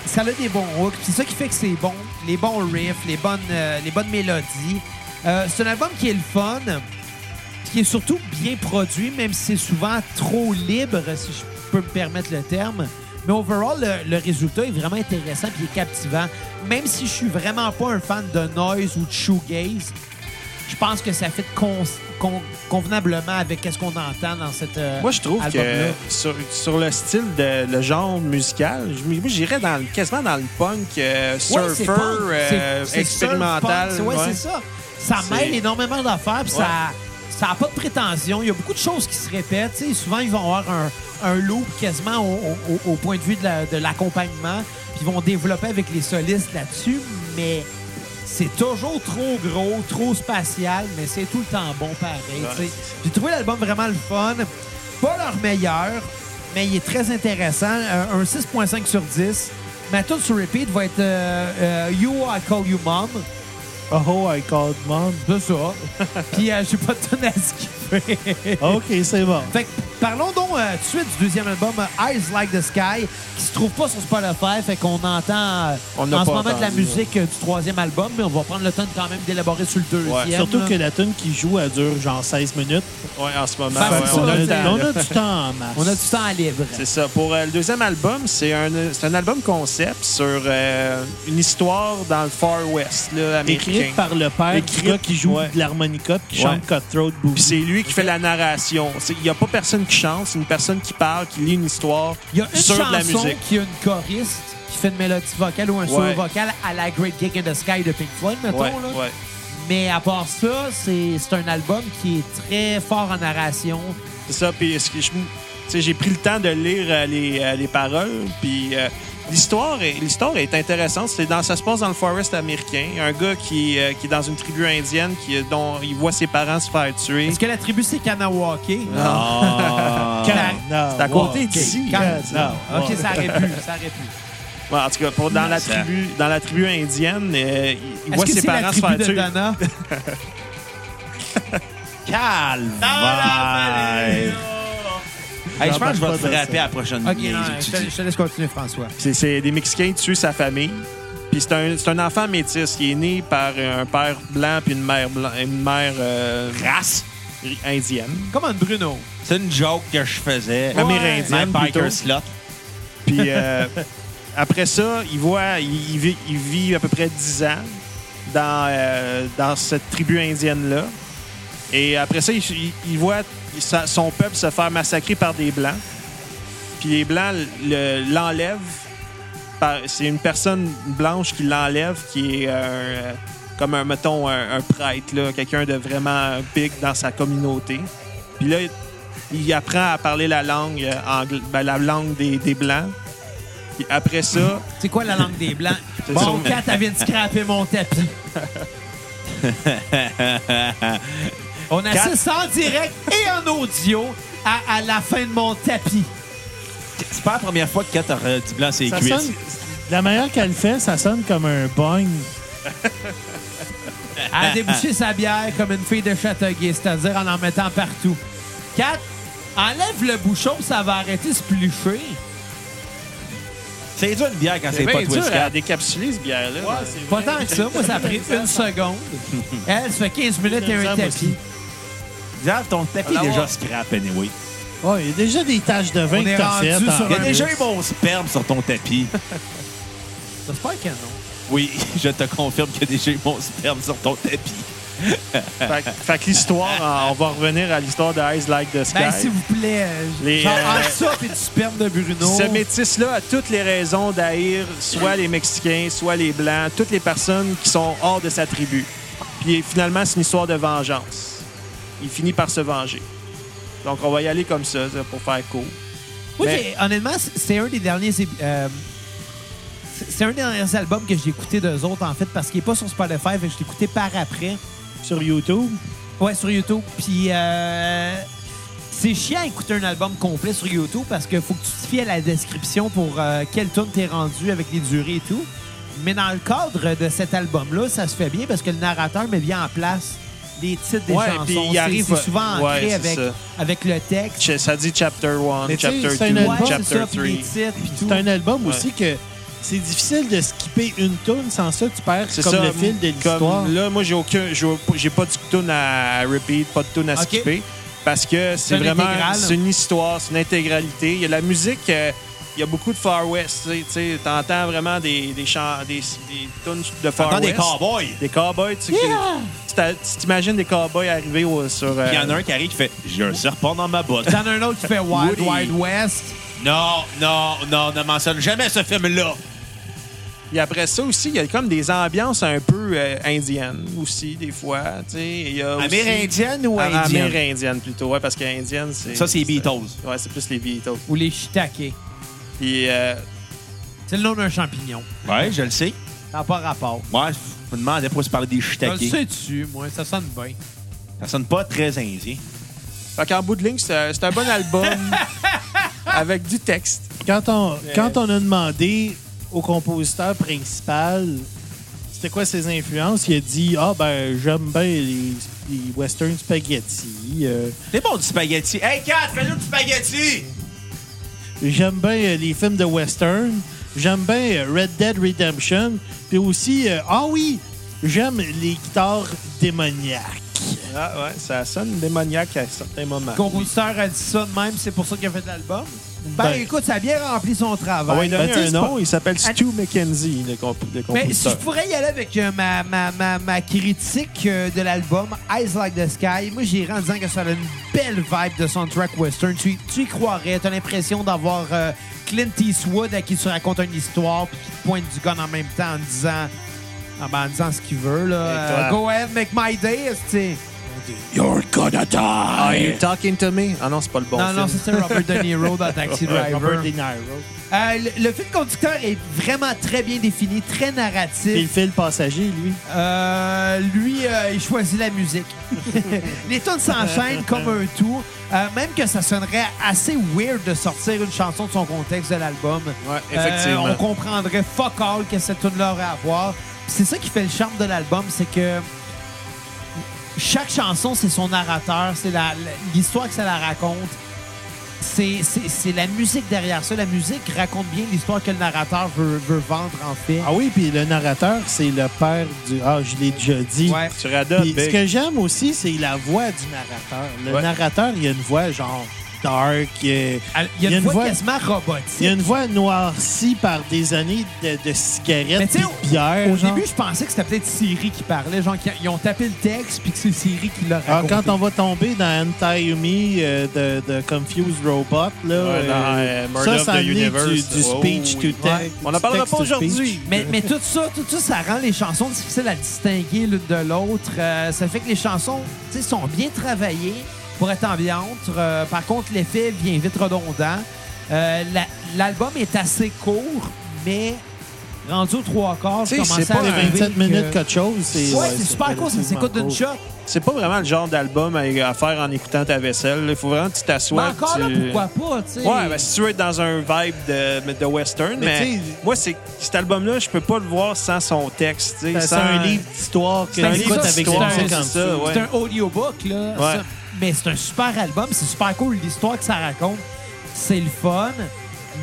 Speaker 2: ça a des bons hooks. Puis c'est ça qui fait que c'est bon. Les bons riffs, les bonnes, euh, les bonnes mélodies. Euh, c'est un album qui est le fun, puis qui est surtout bien produit, même si c'est souvent trop libre, si je peux me permettre le terme. Mais overall, le, le résultat est vraiment intéressant puis il est captivant. Même si je suis vraiment pas un fan de noise ou de shoegaze, je pense que ça fait con- con- convenablement avec qu'est-ce qu'on entend dans cette euh,
Speaker 5: Moi, je trouve
Speaker 2: album-là.
Speaker 5: que sur, sur le style de le genre musical, je m- moi, j'irais dans, le- quasiment dans le punk euh,
Speaker 2: Ouais,
Speaker 5: surfer
Speaker 2: c'est punk. C'est-
Speaker 5: euh,
Speaker 2: c'est
Speaker 5: expérimental.
Speaker 2: surf punk. Ouais,
Speaker 5: ouais.
Speaker 2: c'est ça. Ça
Speaker 5: C'est-
Speaker 2: mêle énormément d'affaires, puis ça ça n'a pas de prétention. Il y a beaucoup de choses qui se répètent. tu sais. souvent, ils vont avoir un, un loop quasiment au, au- au point de vue de la- de l'accompagnement, puis ils vont développer avec les solistes là-dessus, mais c'est toujours trop gros, trop spatial, mais c'est tout le temps bon pareil. tu sais. J'ai trouvé l'album vraiment le fun. Pas leur meilleur, mais il est très intéressant. Euh, Un, un 6.5 sur 10. Ma tune sur repeat va être euh, euh, You I Call You Mom.
Speaker 4: Oh, oh, I called mom.
Speaker 2: C'est ça. Puis euh, j'ai pas de tune à skipper.
Speaker 4: OK, c'est bon.
Speaker 2: Fait que parlons donc euh, tout de suite du deuxième album euh, Eyes Like the Sky qui se trouve pas sur Spotify. Fait qu'on entend euh,
Speaker 5: On
Speaker 2: en ce
Speaker 5: l'a pas
Speaker 2: moment de la
Speaker 5: entendu,
Speaker 2: musique euh, du troisième album, mais on va prendre le temps de quand même d'élaborer sur le deuxième.
Speaker 4: Surtout
Speaker 2: là.
Speaker 4: que la tune qui joue, elle dure genre 16 minutes.
Speaker 5: Ouais, en ce moment,
Speaker 2: Bah,
Speaker 5: ouais,
Speaker 2: c'est
Speaker 5: on
Speaker 2: ça,
Speaker 5: a le
Speaker 2: c'est-
Speaker 5: temps,
Speaker 4: on
Speaker 5: là.
Speaker 4: a du temps en masse.
Speaker 2: on a du temps libre.
Speaker 5: C'est ça. Pour euh, le deuxième album, c'est un, c'est un album concept sur euh, une histoire dans le Far West, là, américain.
Speaker 4: Écrite par le père
Speaker 5: Écrite,
Speaker 4: du gars qui joue
Speaker 5: ouais.
Speaker 4: de l'harmonica puis qui
Speaker 5: Ouais.
Speaker 4: chante Cutthroat
Speaker 5: Puis
Speaker 4: Boogie.
Speaker 5: c'est lui qui fait la narration. C'est- Il n'y a pas personne qui chante, c'est une personne qui parle, qui lit une histoire
Speaker 2: Il y a une
Speaker 5: sur de la
Speaker 2: chanson
Speaker 5: musique.
Speaker 2: qui a une choriste qui fait une mélodie vocale ou un solo
Speaker 5: Ouais.
Speaker 2: vocal à la Great Gig in the Sky de Pink Floyd, mettons.
Speaker 5: Ouais,
Speaker 2: là.
Speaker 5: ouais.
Speaker 2: Mais à part ça, c'est c'est un album qui est très fort en narration.
Speaker 5: C'est ça. Puis ce que je- tu sais, j'ai pris le temps de lire euh, les, euh, les paroles. Puis euh, l'histoire est, l'histoire est intéressante. C'est dans, ça se passe dans le forest américain. Un gars qui, euh, qui est dans une tribu indienne qui, dont il voit ses parents se faire tuer.
Speaker 2: Est-ce que la tribu, c'est Kanawake?
Speaker 3: Ah.
Speaker 5: C'est à côté d'ici.
Speaker 2: Kan-
Speaker 4: Non.
Speaker 2: OK, ça aurait pu, ça aurait pu.
Speaker 5: Ouais, en tout cas, pour, dans, la
Speaker 3: Ça-
Speaker 5: tribu, dans la tribu indienne, euh, il- il,
Speaker 2: Est-ce
Speaker 5: voit
Speaker 2: que
Speaker 5: ses
Speaker 2: c'est la
Speaker 5: parents se
Speaker 2: tribu
Speaker 5: faire
Speaker 2: de
Speaker 5: tuer.
Speaker 2: Dana?
Speaker 3: Calvaire. Hey, je pense que je vais te frapper à la prochaine
Speaker 2: OK,
Speaker 3: niaise
Speaker 2: non,
Speaker 3: que
Speaker 2: je
Speaker 3: tu
Speaker 2: te,
Speaker 3: dis.
Speaker 2: je te laisse continuer, François.
Speaker 5: C'est- C'est des Mexicains qui tuent sa famille. Puis c'est un, c'est un enfant métis qui est né par un père blanc puis une mère, blan- une mère euh,
Speaker 3: Race.
Speaker 5: indienne.
Speaker 2: Comme un Bruno.
Speaker 3: C'est une joke que je faisais.
Speaker 5: Ouais. Amérindienne,
Speaker 3: My
Speaker 5: plutôt.
Speaker 3: biker slot.
Speaker 5: Puis euh, après ça, il voit, il, il vit, il vit à peu près 10 ans dans, euh, dans cette tribu indienne-là. Et après ça, il, il- il voit sa- son peuple se faire massacrer par des Blancs. Puis les Blancs le- l'enlèvent. par- C'est une personne blanche qui l'enlève, qui est un, euh, comme un, mettons, un, un prêtre, là, quelqu'un de vraiment big dans sa communauté. Puis là, il apprend à parler la langue, euh, angla- ben, la langue des, des Blancs. Puis après ça,
Speaker 2: C'est quoi la langue des Blancs?
Speaker 5: C'est
Speaker 2: bon,
Speaker 5: sûrement-
Speaker 2: Kat, elle vient de scraper mon tapis. On assiste en direct et en audio à, à la fin de mon tapis.
Speaker 3: C'est pas la première fois que Kat a du blanc ses
Speaker 4: Ça
Speaker 3: cuisses.
Speaker 4: sonne- de la manière qu'elle fait, ça sonne comme un bang.
Speaker 2: À déboucher sa bière comme une fille de Châteauguay, c'est-à-dire en en mettant partout. Kat, enlève le bouchon, ça va arrêter de se plucher.
Speaker 3: C'est dur une bière quand c'est
Speaker 5: C'est
Speaker 3: pas
Speaker 5: bien
Speaker 3: Twist
Speaker 5: dur hein. à
Speaker 3: Cat.
Speaker 5: décapsuler, ce bière-là.
Speaker 2: Pas tant que ça. Moi, ça a pris une seconde. Elle, ça fait 15 minutes et
Speaker 4: J'aime
Speaker 2: un
Speaker 4: ça, moi aussi.
Speaker 2: tapis.
Speaker 3: Regarde, ton tapis est
Speaker 5: Alors,
Speaker 3: déjà
Speaker 5: on-
Speaker 3: scrap anyway.
Speaker 4: Oh, il y a déjà des taches de vin
Speaker 2: On
Speaker 4: que
Speaker 2: est
Speaker 4: t'as
Speaker 2: rendu
Speaker 4: faites.
Speaker 2: sur
Speaker 4: en
Speaker 3: Il y
Speaker 2: un
Speaker 3: a
Speaker 4: plus.
Speaker 3: déjà eu mon sperme sur ton tapis.
Speaker 2: C'est pas un canon.
Speaker 3: Oui, je te confirme qu'il y a déjà eu mon sperme sur ton tapis.
Speaker 5: Fait, que- fait que l'histoire, on va revenir à l'histoire de Eyes Like the Sky.
Speaker 2: Ben, s'il vous plaît, euh,
Speaker 5: Les,
Speaker 2: genre,
Speaker 5: euh,
Speaker 2: entre ça et du sperme de Bruno.
Speaker 5: Ce métis-là a toutes les raisons d'haïr soit les Mexicains, soit les Blancs, toutes les personnes qui sont hors de sa tribu. Puis finalement, c'est une histoire de vengeance. Il finit par se venger. Donc, on va y aller comme ça, ça, pour faire court.
Speaker 2: Moi,
Speaker 5: Mais-
Speaker 2: j'ai- Ben, honnêtement, c'est- c'est un des derniers. épi- euh, c'est- c'est un des derniers albums que j'ai écouté d'eux autres, en fait, parce qu'il n'est pas sur Spotify, fait que je l'ai écouté par après.
Speaker 4: Sur YouTube.
Speaker 2: Ouais, sur YouTube. Puis, euh, c'est chiant d'écouter un album complet sur YouTube parce qu'il faut que tu te fies à la description pour euh, quel tune t'es rendu avec les durées et tout. Mais dans le cadre de cet album-là, ça se fait bien parce que le narrateur met bien en place les titres des
Speaker 5: Ouais,
Speaker 2: chansons.
Speaker 5: puis il
Speaker 2: C'est-
Speaker 5: arrive-
Speaker 2: c'est souvent ancré
Speaker 5: ouais, c'est
Speaker 2: avec,
Speaker 5: ça.
Speaker 2: avec le texte.
Speaker 5: Ch- Ça dit chapter 1,
Speaker 4: Mais tu sais,
Speaker 5: chapter 2,
Speaker 4: c'est un album,
Speaker 2: Ouais, c'est
Speaker 5: chapter
Speaker 2: ça, puis les
Speaker 5: 3.
Speaker 2: titres, puis tout.
Speaker 4: C'est un album
Speaker 5: Ouais.
Speaker 4: aussi que c'est difficile de skipper une toune. Sans ça, tu perds
Speaker 5: C'est
Speaker 4: comme
Speaker 5: ça,
Speaker 4: le fil de
Speaker 5: comme
Speaker 4: l'histoire.
Speaker 5: Là, moi, j'ai aucun, j'ai j'ai pas de tune à repeat, pas de tune à
Speaker 2: Ok.
Speaker 5: skipper, parce que
Speaker 2: C'est
Speaker 5: c'est
Speaker 2: une
Speaker 5: vraiment
Speaker 2: intégrale.
Speaker 5: c'est une histoire, c'est une intégralité. Il y a la musique, euh, il y a beaucoup de Far West. Tu sais, tu sais, t'entends vraiment des des, chants- des, des tunes de Far
Speaker 3: Attends,
Speaker 5: West.
Speaker 3: des cowboys.
Speaker 5: Des cowboys. Tu tu t'a- tu t'imagines des cowboys arriver au- sur. euh,
Speaker 3: Il y en a un qui arrive qui fait J'ai un serpent dans ma botte.
Speaker 2: T'en as un autre qui fait Wild
Speaker 3: Woody.
Speaker 2: Wild West.
Speaker 3: Non, non, non, ne mentionne jamais ce film-là.
Speaker 5: Et après ça aussi, il y a comme des ambiances un peu euh, indiennes aussi, des fois. tu sais. Il y a aussi-
Speaker 3: Amérindienne ou
Speaker 5: Ah,
Speaker 3: indienne?
Speaker 5: Amérindienne plutôt, ouais, parce qu'indienne, c'est.
Speaker 3: Ça, c'est Beatles.
Speaker 5: Ouais, c'est plus les Beatles.
Speaker 2: Ou les shiitake.
Speaker 5: Puis, euh,
Speaker 2: C'est le nom d'un champignon.
Speaker 3: Ouais, je le sais.
Speaker 2: Ça n'a pas rapport.
Speaker 3: Ouais, je me demandais pourquoi se parler des
Speaker 2: Je le
Speaker 3: shiitake.
Speaker 2: sais-tu, moi. Ça sonne bien.
Speaker 3: Ça sonne pas très indien.
Speaker 5: Fait qu'en bout de ligne, c'est un- c'est un bon album avec du texte.
Speaker 4: Quand on, quand on a demandé au compositeur principal c'était quoi ses influences, il a dit Ah, ben, j'aime bien les, les western spaghetti. euh,
Speaker 3: C'est bon du spaghetti. Hey, Kat, fais-nous du spaghetti!
Speaker 4: j'aime bien euh, les films de western. J'aime bien euh, Red Dead Redemption. Puis aussi, euh, ah oui, j'aime les guitares démoniaques.
Speaker 5: Ah ouais, ça sonne démoniaque à certains moments.
Speaker 2: Le compositeur a dit ça de même, c'est pour ça qu'il a fait l'album. Ben, Ah
Speaker 4: Ben.
Speaker 2: écoute, ça a bien rempli son
Speaker 5: On va
Speaker 2: travail.
Speaker 5: lui donner
Speaker 4: Ben, tu sais,
Speaker 5: un
Speaker 4: c'est
Speaker 5: nom,
Speaker 4: pas-
Speaker 5: il s'appelle Stu McKenzie, le, comp-
Speaker 2: mais
Speaker 5: le
Speaker 2: si je
Speaker 5: compositeur.
Speaker 2: pourrais y aller avec euh, ma, ma, ma, ma critique euh, de l'album Eyes Like the Sky, moi j'irais en disant que ça a une belle vibe de soundtrack western. Tu, y- tu y croirais, t'as l'impression d'avoir euh, Clint Eastwood à qui tu racontes une histoire puis qui te pointe du gun en même temps en disant, en, ben, en disant ce qu'il veut. Là.
Speaker 5: Et toi?
Speaker 2: Euh, go ahead, make my day. esti.
Speaker 3: You're gonna
Speaker 5: Are
Speaker 3: die!
Speaker 5: you talking to me? Ah non, c'est pas le bon
Speaker 2: non, non,
Speaker 5: film.
Speaker 2: c'est ça, Robert De Niro dans Taxi Driver.
Speaker 4: euh, Robert De Niro.
Speaker 2: Euh, le, le film conducteur est vraiment très bien défini, très
Speaker 4: Puis le
Speaker 2: narratif.
Speaker 4: fil passager, lui.
Speaker 2: Euh, lui, euh, il choisit la musique. Les tunes s'enchaînent comme un tout, euh, même que ça sonnerait assez weird de sortir une chanson de son contexte de l'album.
Speaker 5: Ouais, effectivement.
Speaker 2: Euh, on comprendrait fuck all que cette tune-là aurait à voir. Puis C'est ça qui fait le charme de l'album, c'est que chaque chanson, c'est son narrateur, c'est la- la- l'histoire que ça la raconte. C'est- C'est c'est la musique derrière ça. La musique raconte bien l'histoire que le narrateur veut, veut vendre, en fait.
Speaker 4: Ah oui, puis le narrateur, c'est le père du. Ah, je l'ai déjà dit.
Speaker 2: Ouais.
Speaker 5: Tu radotes,
Speaker 4: Puis ce
Speaker 5: Big.
Speaker 4: que j'aime aussi, c'est la voix du narrateur. Le
Speaker 5: Ouais.
Speaker 4: narrateur, il a une voix genre dark. euh,
Speaker 2: Il y a une, voix, quasiment
Speaker 4: Il y a
Speaker 2: robotique.
Speaker 4: une voix noircie par des années de, de
Speaker 2: Mais
Speaker 4: cigarettes
Speaker 2: tu
Speaker 4: et
Speaker 2: sais,
Speaker 4: de bière.
Speaker 2: Euh, Au
Speaker 4: genre.
Speaker 2: début, je pensais que c'était peut-être Siri qui parlait. Genre, qu'ils- ils ont tapé le texte puis que c'est Siri qui l'a
Speaker 4: Ah,
Speaker 2: raconté.
Speaker 4: quand on va tomber dans Anti Me de, de Confused Robot, là,
Speaker 5: Ouais, dans, euh, Murder
Speaker 4: ça, ça
Speaker 5: of the
Speaker 4: a amené du,
Speaker 5: Universe.
Speaker 4: du speech
Speaker 5: Oh,
Speaker 4: to
Speaker 5: oui.
Speaker 4: text.
Speaker 2: Ouais.
Speaker 5: On n'en parlera
Speaker 4: text
Speaker 5: pas
Speaker 4: to speech.
Speaker 5: aujourd'hui.
Speaker 2: Mais, mais tout ça, tout ça, ça rend les chansons difficiles à distinguer l'une de l'autre. Euh, ça fait que les chansons, tu sais, sont bien travaillées pour être ambiantes. Euh, par contre, l'effet vient vite redondant. Euh, la- L'album est assez court, mais rendu aux trois quarts,
Speaker 5: Tu sais,
Speaker 2: je commençais
Speaker 5: c'est pas
Speaker 2: à
Speaker 5: un
Speaker 2: arriver
Speaker 4: 27
Speaker 2: que-
Speaker 4: minutes, quelque chose.
Speaker 2: Ouais,
Speaker 4: c'est-
Speaker 2: c'est super court, ça s'écoute d'une
Speaker 4: relativement
Speaker 2: shot.
Speaker 5: C'est pas vraiment le genre d'album à, à faire en écoutant ta vaisselle. là. Il faut vraiment que tu
Speaker 2: Mais
Speaker 5: t'assoies.
Speaker 2: encore
Speaker 5: tu-
Speaker 2: là, pourquoi pas, tu sais.
Speaker 5: Ouais, ben, si tu veux être dans un vibe de, de western,
Speaker 4: Mais
Speaker 5: mais,
Speaker 4: tu sais,
Speaker 5: moi, c'est cet album-là, je peux pas le voir sans son texte. tu sais,
Speaker 2: Ben,
Speaker 4: court. C'est
Speaker 5: sans-
Speaker 4: un livre d'histoire que
Speaker 5: C'est un livre
Speaker 4: t'écoutes avec
Speaker 5: d'histoire,
Speaker 4: des
Speaker 5: c'est
Speaker 4: conséquences.
Speaker 5: ça, ouais.
Speaker 2: C'est un audiobook, là.
Speaker 5: Ouais.
Speaker 2: Ça. Mais c'est un super album, c'est super cool. L'histoire que ça raconte, c'est le fun.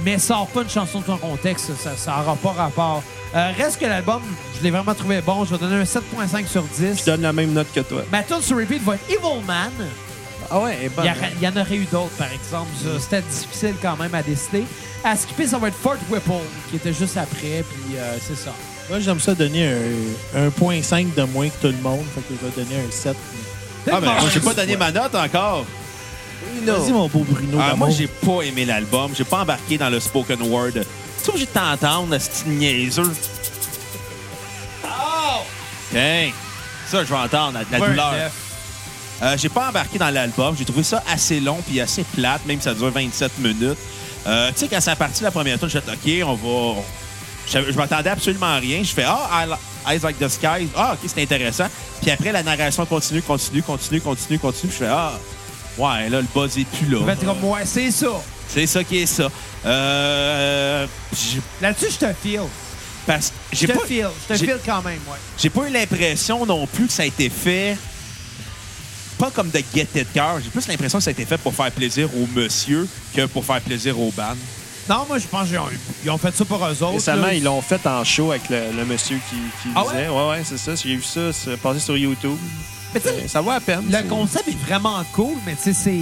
Speaker 2: mais sors pas une chanson de ton contexte, ça ça n'aura pas rapport. Euh, reste que l'album, je l'ai vraiment trouvé bon. Je vais donner un 7.5 sur 10.
Speaker 5: Je donne la même note que toi.
Speaker 2: Ma tune sur repeat va être Evil Man.
Speaker 5: Ah ouais, elle est
Speaker 2: Il
Speaker 5: bonne.
Speaker 2: y, aurait- il y en aurait eu d'autres, par exemple.
Speaker 3: Mm.
Speaker 2: Ça, C'était difficile quand même à décider. À skipper, ça va être Fort Whipple, qui était juste après, puis euh, c'est ça.
Speaker 4: Moi, j'aime ça donner un, un 1.5 de moins que tout le monde. Fait que je vais donner un 7.
Speaker 3: Ah, ben, moi, j'ai pas
Speaker 2: Ouais.
Speaker 3: donné ma note encore.
Speaker 4: Vas-y, mon beau Bruno.
Speaker 3: Ah, moi,
Speaker 4: d'amour.
Speaker 3: j'ai pas aimé l'album. J'ai pas embarqué dans le spoken word. Tu obligé de t'entendre, ce niaiseux. Oh! Hey! Ça, je vais entendre, la, la
Speaker 2: Burn
Speaker 3: douleur.
Speaker 2: Death.
Speaker 3: Euh, j'ai pas embarqué dans l'album. J'ai trouvé ça assez long puis assez plate, même si ça dure 27 minutes. Euh, tu sais, quand ça a parti la première tour, j'ai fait OK, on va. Je, je m'attendais absolument à rien. Je fais Ah, I li- Eyes Like the Sky. Ah, OK, c'est intéressant. Puis après, la narration continue, continue, continue, continue, continue. Puis je fais Ah, ouais, là, le buzz est plus là.
Speaker 2: Je vais être comme, ouais, c'est ça.
Speaker 3: C'est ça qui est ça. Euh, j'ai-
Speaker 2: Là-dessus, je te feel.
Speaker 3: parce que j'ai
Speaker 2: Je te
Speaker 3: pas,
Speaker 2: feel. Je te
Speaker 3: j'ai-
Speaker 2: feel quand même, ouais.
Speaker 3: j'ai pas eu l'impression non plus que ça a été fait pas comme de gaieté de cœur. J'ai plus l'impression que ça a été fait pour faire plaisir au monsieur que pour faire plaisir aux bandes.
Speaker 2: Non, moi, je pense qu'ils ont, ils ont fait ça pour eux autres.
Speaker 5: Récemment,
Speaker 2: là.
Speaker 5: ils l'ont fait en show avec le, le monsieur qui, qui
Speaker 2: Ah
Speaker 5: disait. Ouais, ouais, c'est ça. J'ai vu ça c'est passé sur YouTube.
Speaker 2: Mais
Speaker 5: Ben,
Speaker 2: tu sais,
Speaker 5: Ça vaut à peine.
Speaker 2: le
Speaker 5: c'est-
Speaker 2: concept est vraiment cool, mais tu sais, c'est.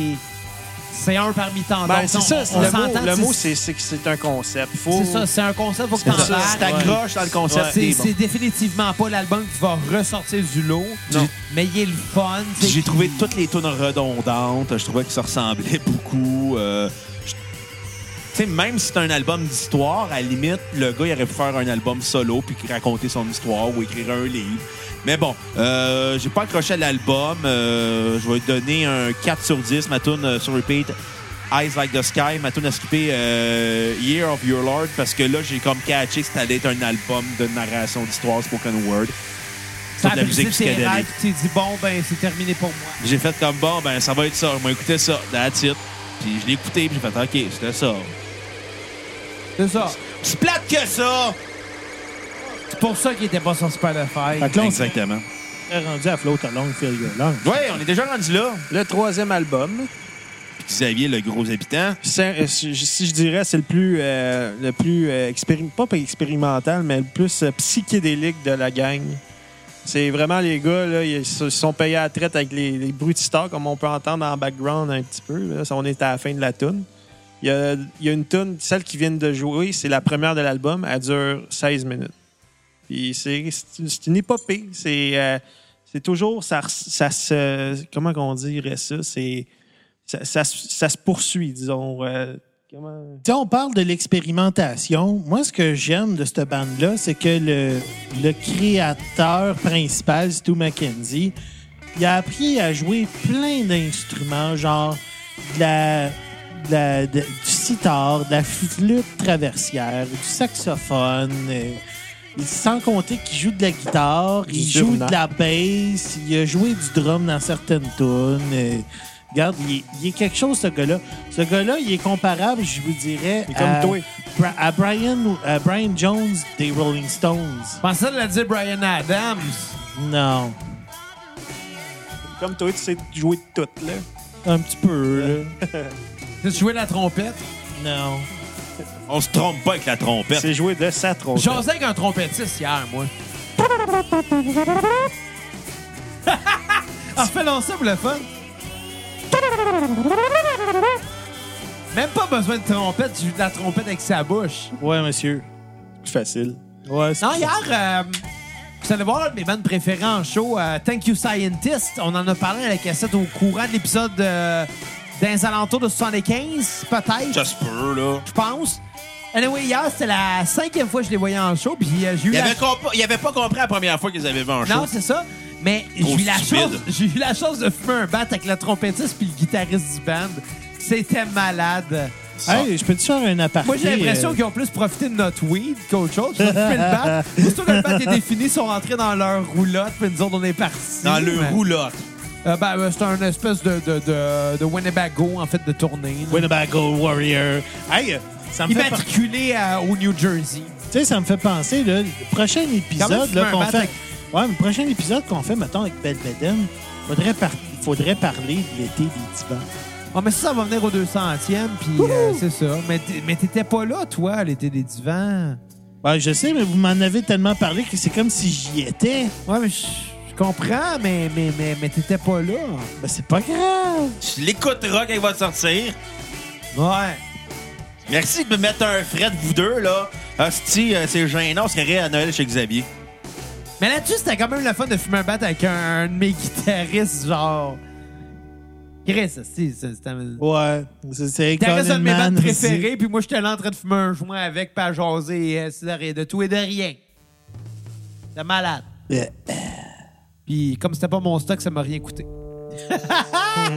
Speaker 2: C'est un parmi tant
Speaker 5: Ben,
Speaker 2: d'autres.
Speaker 5: c'est
Speaker 2: On-
Speaker 5: ça.
Speaker 2: on
Speaker 5: c'est Le
Speaker 2: s'entend,
Speaker 5: mot, le mot,
Speaker 2: c'est.
Speaker 5: c'est c'est que c'est un concept. Faut...
Speaker 2: C'est ça, c'est un concept, faut que
Speaker 5: C'est
Speaker 2: t'en
Speaker 5: ça,
Speaker 2: parles.
Speaker 3: C'est accroche dans le concept.
Speaker 2: C'est
Speaker 3: c'est bon.
Speaker 2: c'est définitivement pas l'album qui va ressortir du lot,
Speaker 5: Non.
Speaker 2: mais il est le fun. tu sais,
Speaker 3: J'ai trouvé
Speaker 2: puis-
Speaker 3: toutes les tunes redondantes. Je trouvais que ça ressemblait beaucoup. Euh, je- tu sais, même si c'est un album d'histoire, à la limite, le gars, il aurait pu faire un album solo puis raconter son histoire ou écrire un livre. Mais bon, euh, j'ai pas accroché à l'album. Euh, je vais lui donner un 4 sur 10. Ma tune euh, sur repeat, Eyes Like the Sky. Ma tune à skipper, euh, Year of Your Lord, parce que là, j'ai comme catché que c'était être un album de narration d'histoire spoken word.
Speaker 2: T'as
Speaker 3: Toute la
Speaker 2: brisé
Speaker 3: musique
Speaker 2: tes
Speaker 3: psychédélique.
Speaker 2: rêves, tu t'es dit, bon, ben, c'est terminé pour moi.
Speaker 3: Puis J'ai fait comme bon, ben ça va être ça. Je vais écouter ça, that's it. Puis je l'ai écouté, puis j'ai fait ok, c'était ça.
Speaker 2: C'est ça.
Speaker 3: C'est plate que ça!
Speaker 2: C'est pour ça qu'il était pas sur Spotify.
Speaker 4: Fait que là, on serait
Speaker 3: Exactement.
Speaker 4: rendu à flotte à longue, Phil Gueulard.
Speaker 3: Ouais, on est déjà rendu là.
Speaker 5: Le troisième album,
Speaker 3: Puis Xavier, le gros habitant.
Speaker 5: c'est- euh, si si je dirais, c'est le plus, euh, le plus euh, expéri- pas pas expérimental, mais le plus euh, psychédélique de la gang. C'est vraiment les gars, là, ils se ils sont payés à la traite avec les, les brutistards, comme on peut entendre en background un petit peu. là. on est à la fin de la toune. Il y a, il y a une toune, celle qui vient de jouer, c'est la première de l'album, elle dure 16 minutes. Puis c'est c'est- c'est une épopée. C'est euh, c'est toujours, ça, res- ça se. Comment qu'on dirait ça? C'est ça, ça se- ça se poursuit, disons. euh, comment-
Speaker 4: Si on parle de l'expérimentation, moi, ce que j'aime de cette bande-là, c'est que le, le créateur principal, Stu McKenzie, il a appris à jouer plein d'instruments, genre de la, de la- de- du sitar, de la flûte traversière, du saxophone, euh, sans compter qu'il joue de la guitare, il joue
Speaker 5: durna.
Speaker 4: de la bass, il a joué du drum dans certaines tunes. euh, regarde, il est, il est quelque chose, ce gars-là. Ce gars-là, il est comparable, je vous dirais,
Speaker 5: Il est comme
Speaker 4: à,
Speaker 5: toi.
Speaker 4: Bra- à Brian, à Brian Jones des Rolling Stones.
Speaker 2: Je pensais de la dire Brian Adams.
Speaker 4: Non,
Speaker 5: Comme toi, tu sais jouer de tout, là.
Speaker 4: un petit peu,
Speaker 2: Tu jouais la trompette?
Speaker 4: là. Non.
Speaker 3: On se trompe pas avec la trompette.
Speaker 5: C'est jouer de sa trompette.
Speaker 2: J'osais avec un trompettiste hier, moi. ah, fais lancer ça pour le fun. Même pas besoin de trompette, tu joues de la trompette avec sa bouche.
Speaker 4: Ouais, monsieur.
Speaker 5: facile.
Speaker 4: Ouais, c'est
Speaker 2: Non, hier, euh, vous allez voir l'un de mes bandes préférées en show, euh, Thank You Scientist. On en a parlé à la cassette au courant de l'épisode euh, d'un alentours de 75, peut-être.
Speaker 3: Ça se peut, là.
Speaker 2: je pense. Anyway, hier, c'était la cinquième fois que je les voyais en show, puis euh, j'ai eu
Speaker 3: Il
Speaker 2: la...
Speaker 3: avait, comp- il avait pas compris la première fois qu'ils avaient vu un show.
Speaker 2: Non, c'est ça. Mais j'ai
Speaker 3: Trop
Speaker 2: eu, la
Speaker 3: stupide.
Speaker 2: chance, j'ai eu la chance de fumer un bat avec le trompettiste puis le guitariste du band. C'était malade.
Speaker 5: Ah.
Speaker 4: Hey, je peux-tu faire un aparté?
Speaker 2: Moi, j'ai l'impression
Speaker 4: euh,
Speaker 2: qu'ils ont plus profité de notre weed qu'autre chose. Ils ont fumé le bat. Surtout que le bat était fini, ils sont rentrés dans leur roulotte, puis nous autres, on est partis.
Speaker 3: Dans le
Speaker 2: Mais-
Speaker 3: roulotte.
Speaker 2: Euh, ben, euh, c'est un espèce de, de, de, de Winnebago, en fait, de tournée. là.
Speaker 4: Winnebago Warrior. Hey, euh, ça me fait... pen- Tu
Speaker 2: Immatriculé à- au New Jersey.
Speaker 4: sais, ça me fait penser, là, le prochain
Speaker 2: Quand
Speaker 4: épisode
Speaker 2: même,
Speaker 4: là,
Speaker 2: tu
Speaker 4: qu'on
Speaker 2: fais un
Speaker 4: fait...
Speaker 2: bat avec-
Speaker 4: Ouais, mais le prochain épisode qu'on fait, mettons, avec Belvedere, faudrait, par- faudrait parler de l'été des Tibans.
Speaker 2: Ah, mais ça, ça va venir au 200e, puis euh, c'est ça. Mais t- mais t'étais pas là, toi, l'été des divans.
Speaker 4: Ouais, je sais, mais vous m'en avez tellement parlé que c'est comme si j'y étais.
Speaker 2: Ouais, mais je je comprends, mais, mais, mais, mais t'étais pas là.
Speaker 4: Ben, c'est pas grave.
Speaker 3: Tu l'écouteras quand il va te sortir.
Speaker 2: Ouais.
Speaker 3: Merci de me mettre un fret, vous deux, là. Hostie, euh, c'est gênant, on serait à Noël chez Xavier.
Speaker 2: Mais là-dessus, c'était quand même le fun de fumer un bat avec un, un de mes guitaristes, genre. Chris, si, c'est- c'était.
Speaker 4: Ouais. C'est, c'est
Speaker 2: T'avais un
Speaker 4: Conan
Speaker 2: de mes bandes
Speaker 4: Man aussi.
Speaker 2: préférées, puis moi, j'étais là en train de fumer un joint avec, pas jaser, euh, c'est de rien- de tout et de rien. C'était malade.
Speaker 4: Euh,
Speaker 2: Puis comme c'était pas mon stock, ça m'a rien coûté.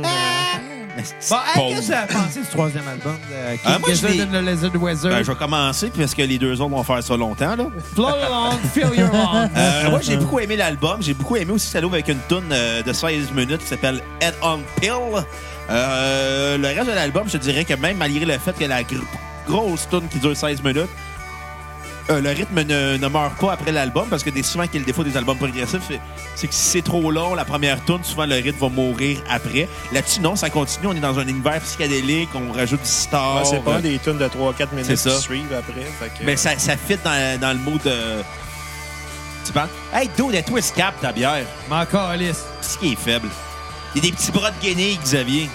Speaker 3: Hostie,
Speaker 2: Bon, hey,
Speaker 3: pauvre.
Speaker 2: qu'est-ce que t'as pensé du troisième album de
Speaker 3: Ah,
Speaker 2: King
Speaker 3: moi, je
Speaker 2: Gizzard
Speaker 3: l'ai-
Speaker 2: and the Lizard Wizard?
Speaker 3: Ben, je vais commencer parce que les deux autres vont faire ça longtemps. Là.
Speaker 2: Flow along, feel your lung.
Speaker 3: Euh, moi,
Speaker 5: Mm-hmm.
Speaker 3: j'ai beaucoup aimé l'album. J'ai beaucoup aimé aussi ça l'ouvre avec une tune de 16 minutes qui s'appelle Head on Pill. Euh, le reste de l'album, je te dirais que même malgré le fait que la gr- grosse tune qui dure 16 minutes, euh, le rythme ne, ne meurt pas après l'album parce que des, souvent, quel est le défaut des albums progressifs, c'est- c'est que si c'est trop long, la première tune, souvent le rythme va mourir après. Là-dessus, non, ça continue. On est dans un univers psychédélique, on rajoute du star.
Speaker 5: Ouais, c'est pas
Speaker 3: euh,
Speaker 5: des tunes de 3-4 minutes
Speaker 3: c'est
Speaker 5: qui
Speaker 3: ça.
Speaker 5: suivent après. Fait que...
Speaker 3: mais ça, ça fit dans, dans le mot de. Tu parles? Hey, dude, et twist cap ta bière.
Speaker 2: M'en calisse.
Speaker 3: ce qui est faible. Il y a des petits bras de guenilles, Xavier.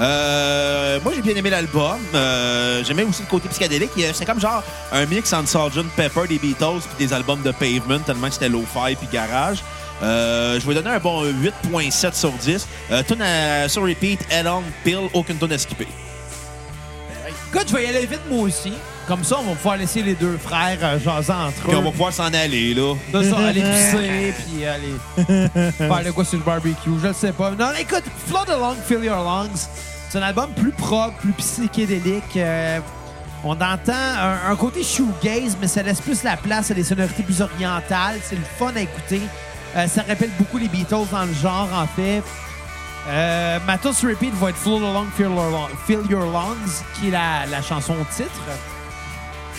Speaker 3: Euh, moi, j'ai bien aimé l'album. Euh, J'aimais aussi le côté psychédélique. Il y a- C'est comme genre un mix entre Sgt. Pepper, des Beatles, puis des albums de Pavement, tellement que c'était low-fi puis garage. Euh, je vais donner un bon 8.7 sur 10. Euh, tune à- sur repeat, head on, pill, aucune tune à skipper.
Speaker 2: Écoute, je vais y aller vite, moi aussi. Comme ça, on va pouvoir laisser les deux frères euh, jaser entre
Speaker 3: Puis
Speaker 2: eux.
Speaker 3: on va pouvoir s'en aller, là.
Speaker 2: De ça, aller pisser, puis aller faire le quoi sur le barbecue, je le sais pas. Non, écoute, Flood Along, Feel Your Lungs, c'est un album plus propre, plus psychédélique. Euh, on entend un, un côté shoegaze, mais ça laisse plus la place à des sonorités plus orientales. C'est le fun à écouter. Euh, ça rappelle beaucoup les Beatles dans le genre, en fait. Euh, ma tune sur repeat va être Float Along, Feel Your, Lung- Feel Your Lungs, qui est la, la chanson titre.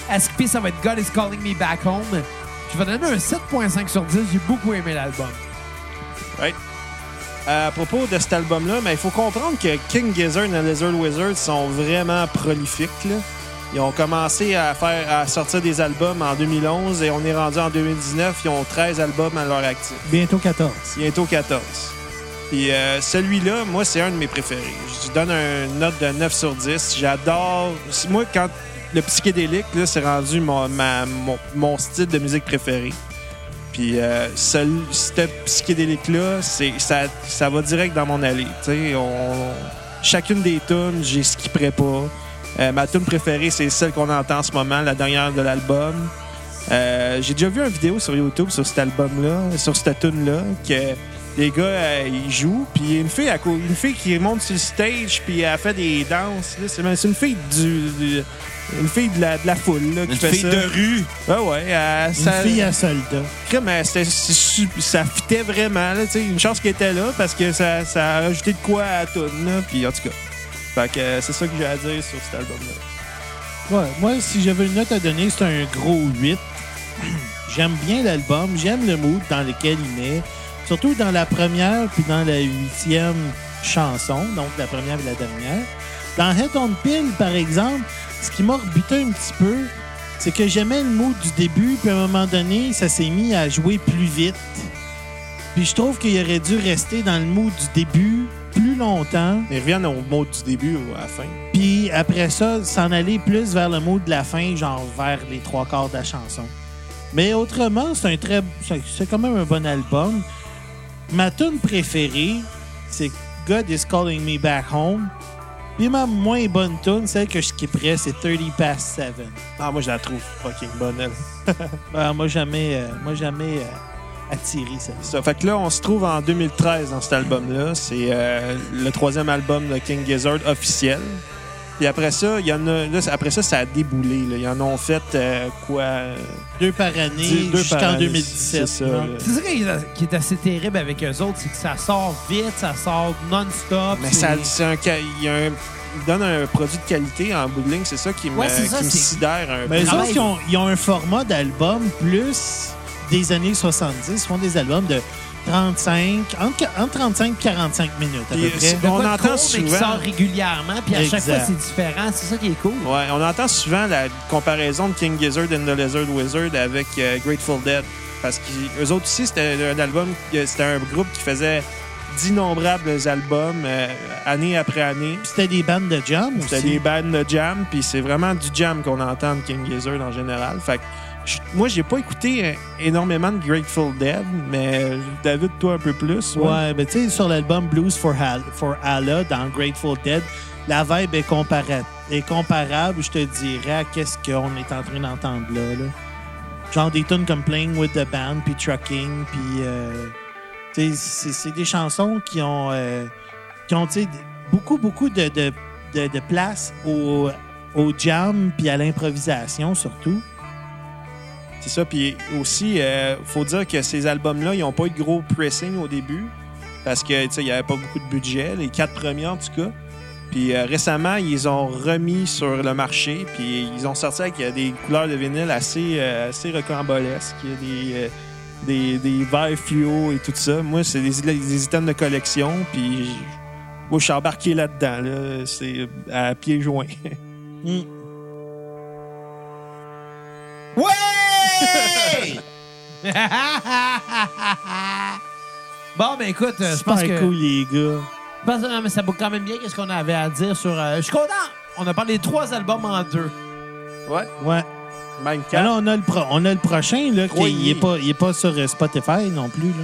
Speaker 2: À skipper, ça va être God is Calling Me Back Home. Je vais donner un 7.5 sur 10. J'ai beaucoup aimé l'album.
Speaker 5: Ouais. euh, À propos de cet album-là, mais il faut comprendre que King Gizzard et Lizard Wizard sont vraiment prolifiques. là. Ils ont commencé à, faire, à sortir des albums en 2011 et on est rendu en 2019. Ils ont 13 albums à leur actif.
Speaker 4: Bientôt 14.
Speaker 5: Bientôt 14. Puis euh, celui-là, moi, c'est un de mes préférés. Je donne une note de 9 sur 10. J'adore. Moi, quand le psychédélique, là, c'est rendu mon, ma- mon- mon style de musique préféré. Puis euh, ce, ce psychédélique-là, c'est- ça, ça va direct dans mon allée. tu sais. On- chacune des tunes, j'y skipperai pas. Euh, ma tune préférée, c'est celle qu'on entend en ce moment, la dernière de l'album. Euh, J'ai déjà vu une vidéo sur YouTube sur cet album-là, sur cette tune-là, que les gars, euh, ils jouent, puis il y a une fille, à cou- une fille qui monte sur le stage, puis elle fait des danses. là. C'est c'est une fille du... du- une fille de la, de la foule, là, qui
Speaker 3: Une
Speaker 5: fait
Speaker 3: fille
Speaker 5: ça.
Speaker 3: de rue.
Speaker 5: Ouais, ouais. elle-
Speaker 4: Une
Speaker 5: ça-
Speaker 4: fille à soldat.
Speaker 5: Crème, elle, c'était- c'est su- ça fitait vraiment. Là, tu sais, une chance qu'elle était là parce que ça, ça a ajouté de quoi à la toune, là, Puis en tout cas, fait que, euh, c'est ça que j'ai à dire sur cet album-là.
Speaker 4: Ouais, moi, si j'avais une note à donner, c'est un gros 8. J'aime bien l'album, j'aime le mood dans lequel il met, surtout dans la première puis dans la huitième chanson, donc la première et la dernière. Dans Head on Pill, par exemple, ce qui m'a rebuté un petit peu, c'est que j'aimais le mood du début, puis à un moment donné, ça s'est mis à jouer plus vite. Puis je trouve qu'il aurait dû rester dans le mood du début plus longtemps,
Speaker 5: Ils reviennent au mot du début ou à la fin.
Speaker 4: puis après ça, s'en aller plus vers le mot de la fin, genre vers les trois quarts de la chanson. Mais autrement, c'est un très, c'est- c'est quand même un bon album. Ma tune préférée, c'est God is Calling Me Back Home. Puis ma moins bonne tune, celle que je skipperais, c'est 30 Past 7.
Speaker 5: Ah, moi, je la trouve fucking bonne, elle.
Speaker 4: Euh, moi, jamais, euh, moi, jamais euh, attiré celle
Speaker 5: Ça fait que là, on se trouve en 2013 dans cet album-là. C'est euh, le troisième album de King Gizzard officiel. Puis après ça, il y en a, là, après ça, ça a déboulé. Là. Ils en ont fait euh, quoi? euh,
Speaker 4: Deux par année,
Speaker 5: dix- deux par
Speaker 4: jusqu'en
Speaker 5: année.
Speaker 4: 2017.
Speaker 5: C'est ça,
Speaker 4: non?
Speaker 5: là.
Speaker 2: C'est ça qui est- qui est assez terrible avec eux autres, c'est que ça sort vite, ça sort non-stop.
Speaker 5: Mais
Speaker 2: c'est-
Speaker 5: ça, c'est un, ca- il, y a un- il donne un produit de qualité en bout de ligne. C'est ça qui me,
Speaker 2: Ouais, c'est ça,
Speaker 5: qui me
Speaker 2: c'est-
Speaker 5: sidère un
Speaker 4: Mais
Speaker 5: peu.
Speaker 4: eux autres,
Speaker 2: travail.
Speaker 4: ils ont, ils ont un format d'album plus des années 70. Ils font des albums de 35, entre, entre 35 et 45 minutes à
Speaker 5: Puis,
Speaker 4: peu
Speaker 5: c'est
Speaker 4: près.
Speaker 5: bon. On
Speaker 2: Quoi de
Speaker 5: entend
Speaker 2: court, mais
Speaker 5: souvent.
Speaker 2: qui sort régulièrement, puis à chaque
Speaker 4: Exact.
Speaker 2: fois, c'est différent. C'est ça qui est cool.
Speaker 5: Ouais, on entend souvent la comparaison de King Gizzard and the Lizard Wizard avec euh, Grateful Dead. Parce qu'eux autres aussi, c'était un album, que- c'était un groupe qui faisait d'innombrables albums euh, année après année.
Speaker 4: C'était des bandes de jam aussi.
Speaker 5: C'était des bands de jam, puis c'est vraiment du jam qu'on entend de King Gizzard en général. Fait que je- moi, j'ai pas écouté euh, énormément de Grateful Dead, mais euh, David, toi, un peu plus. ouais.
Speaker 4: Ouais, mais tu sais, sur l'album Blues for, Hal- for Allah dans Grateful Dead, la vibe est, compara- est comparable, je te dirais, à qu'est-ce qu'on est en train d'entendre là, là. Genre des tunes comme Playing with the Band, puis Trucking, puis. euh, tu sais, c'est c'est des chansons qui ont, euh, qui ont tu sais, beaucoup, beaucoup de, de, de- de place au, au jam, puis à l'improvisation surtout.
Speaker 5: C'est ça. Puis aussi, euh, faut dire que ces albums-là, ils n'ont pas eu de gros pressing au début parce que tu sais, il n'y avait pas beaucoup de budget, les quatre premiers en tout cas. Puis euh, récemment, ils ont remis sur le marché, puis ils ont sorti avec euh, des couleurs de vinyle assez, euh, assez rocambolesques, des, euh, des, des verts fluo et tout ça. Moi, c'est des, des items de collection, puis je- moi, je suis embarqué là-dedans, là. c'est à pieds joints.
Speaker 2: Euh, Ouais! bon, ben écoute, euh, je pense
Speaker 4: Super
Speaker 2: que.
Speaker 4: cool, les gars.
Speaker 2: je pense- non, mais ça boucle quand même bien qu'est-ce qu'on avait à dire sur. euh, je suis content! On a parlé de trois albums en deux.
Speaker 5: Ouais,
Speaker 4: Ouais.
Speaker 5: même
Speaker 4: Ben là, on a le, pro- on a le prochain, là, qui
Speaker 5: Oui.
Speaker 4: il est pas, il est pas sur euh, Spotify non plus, là.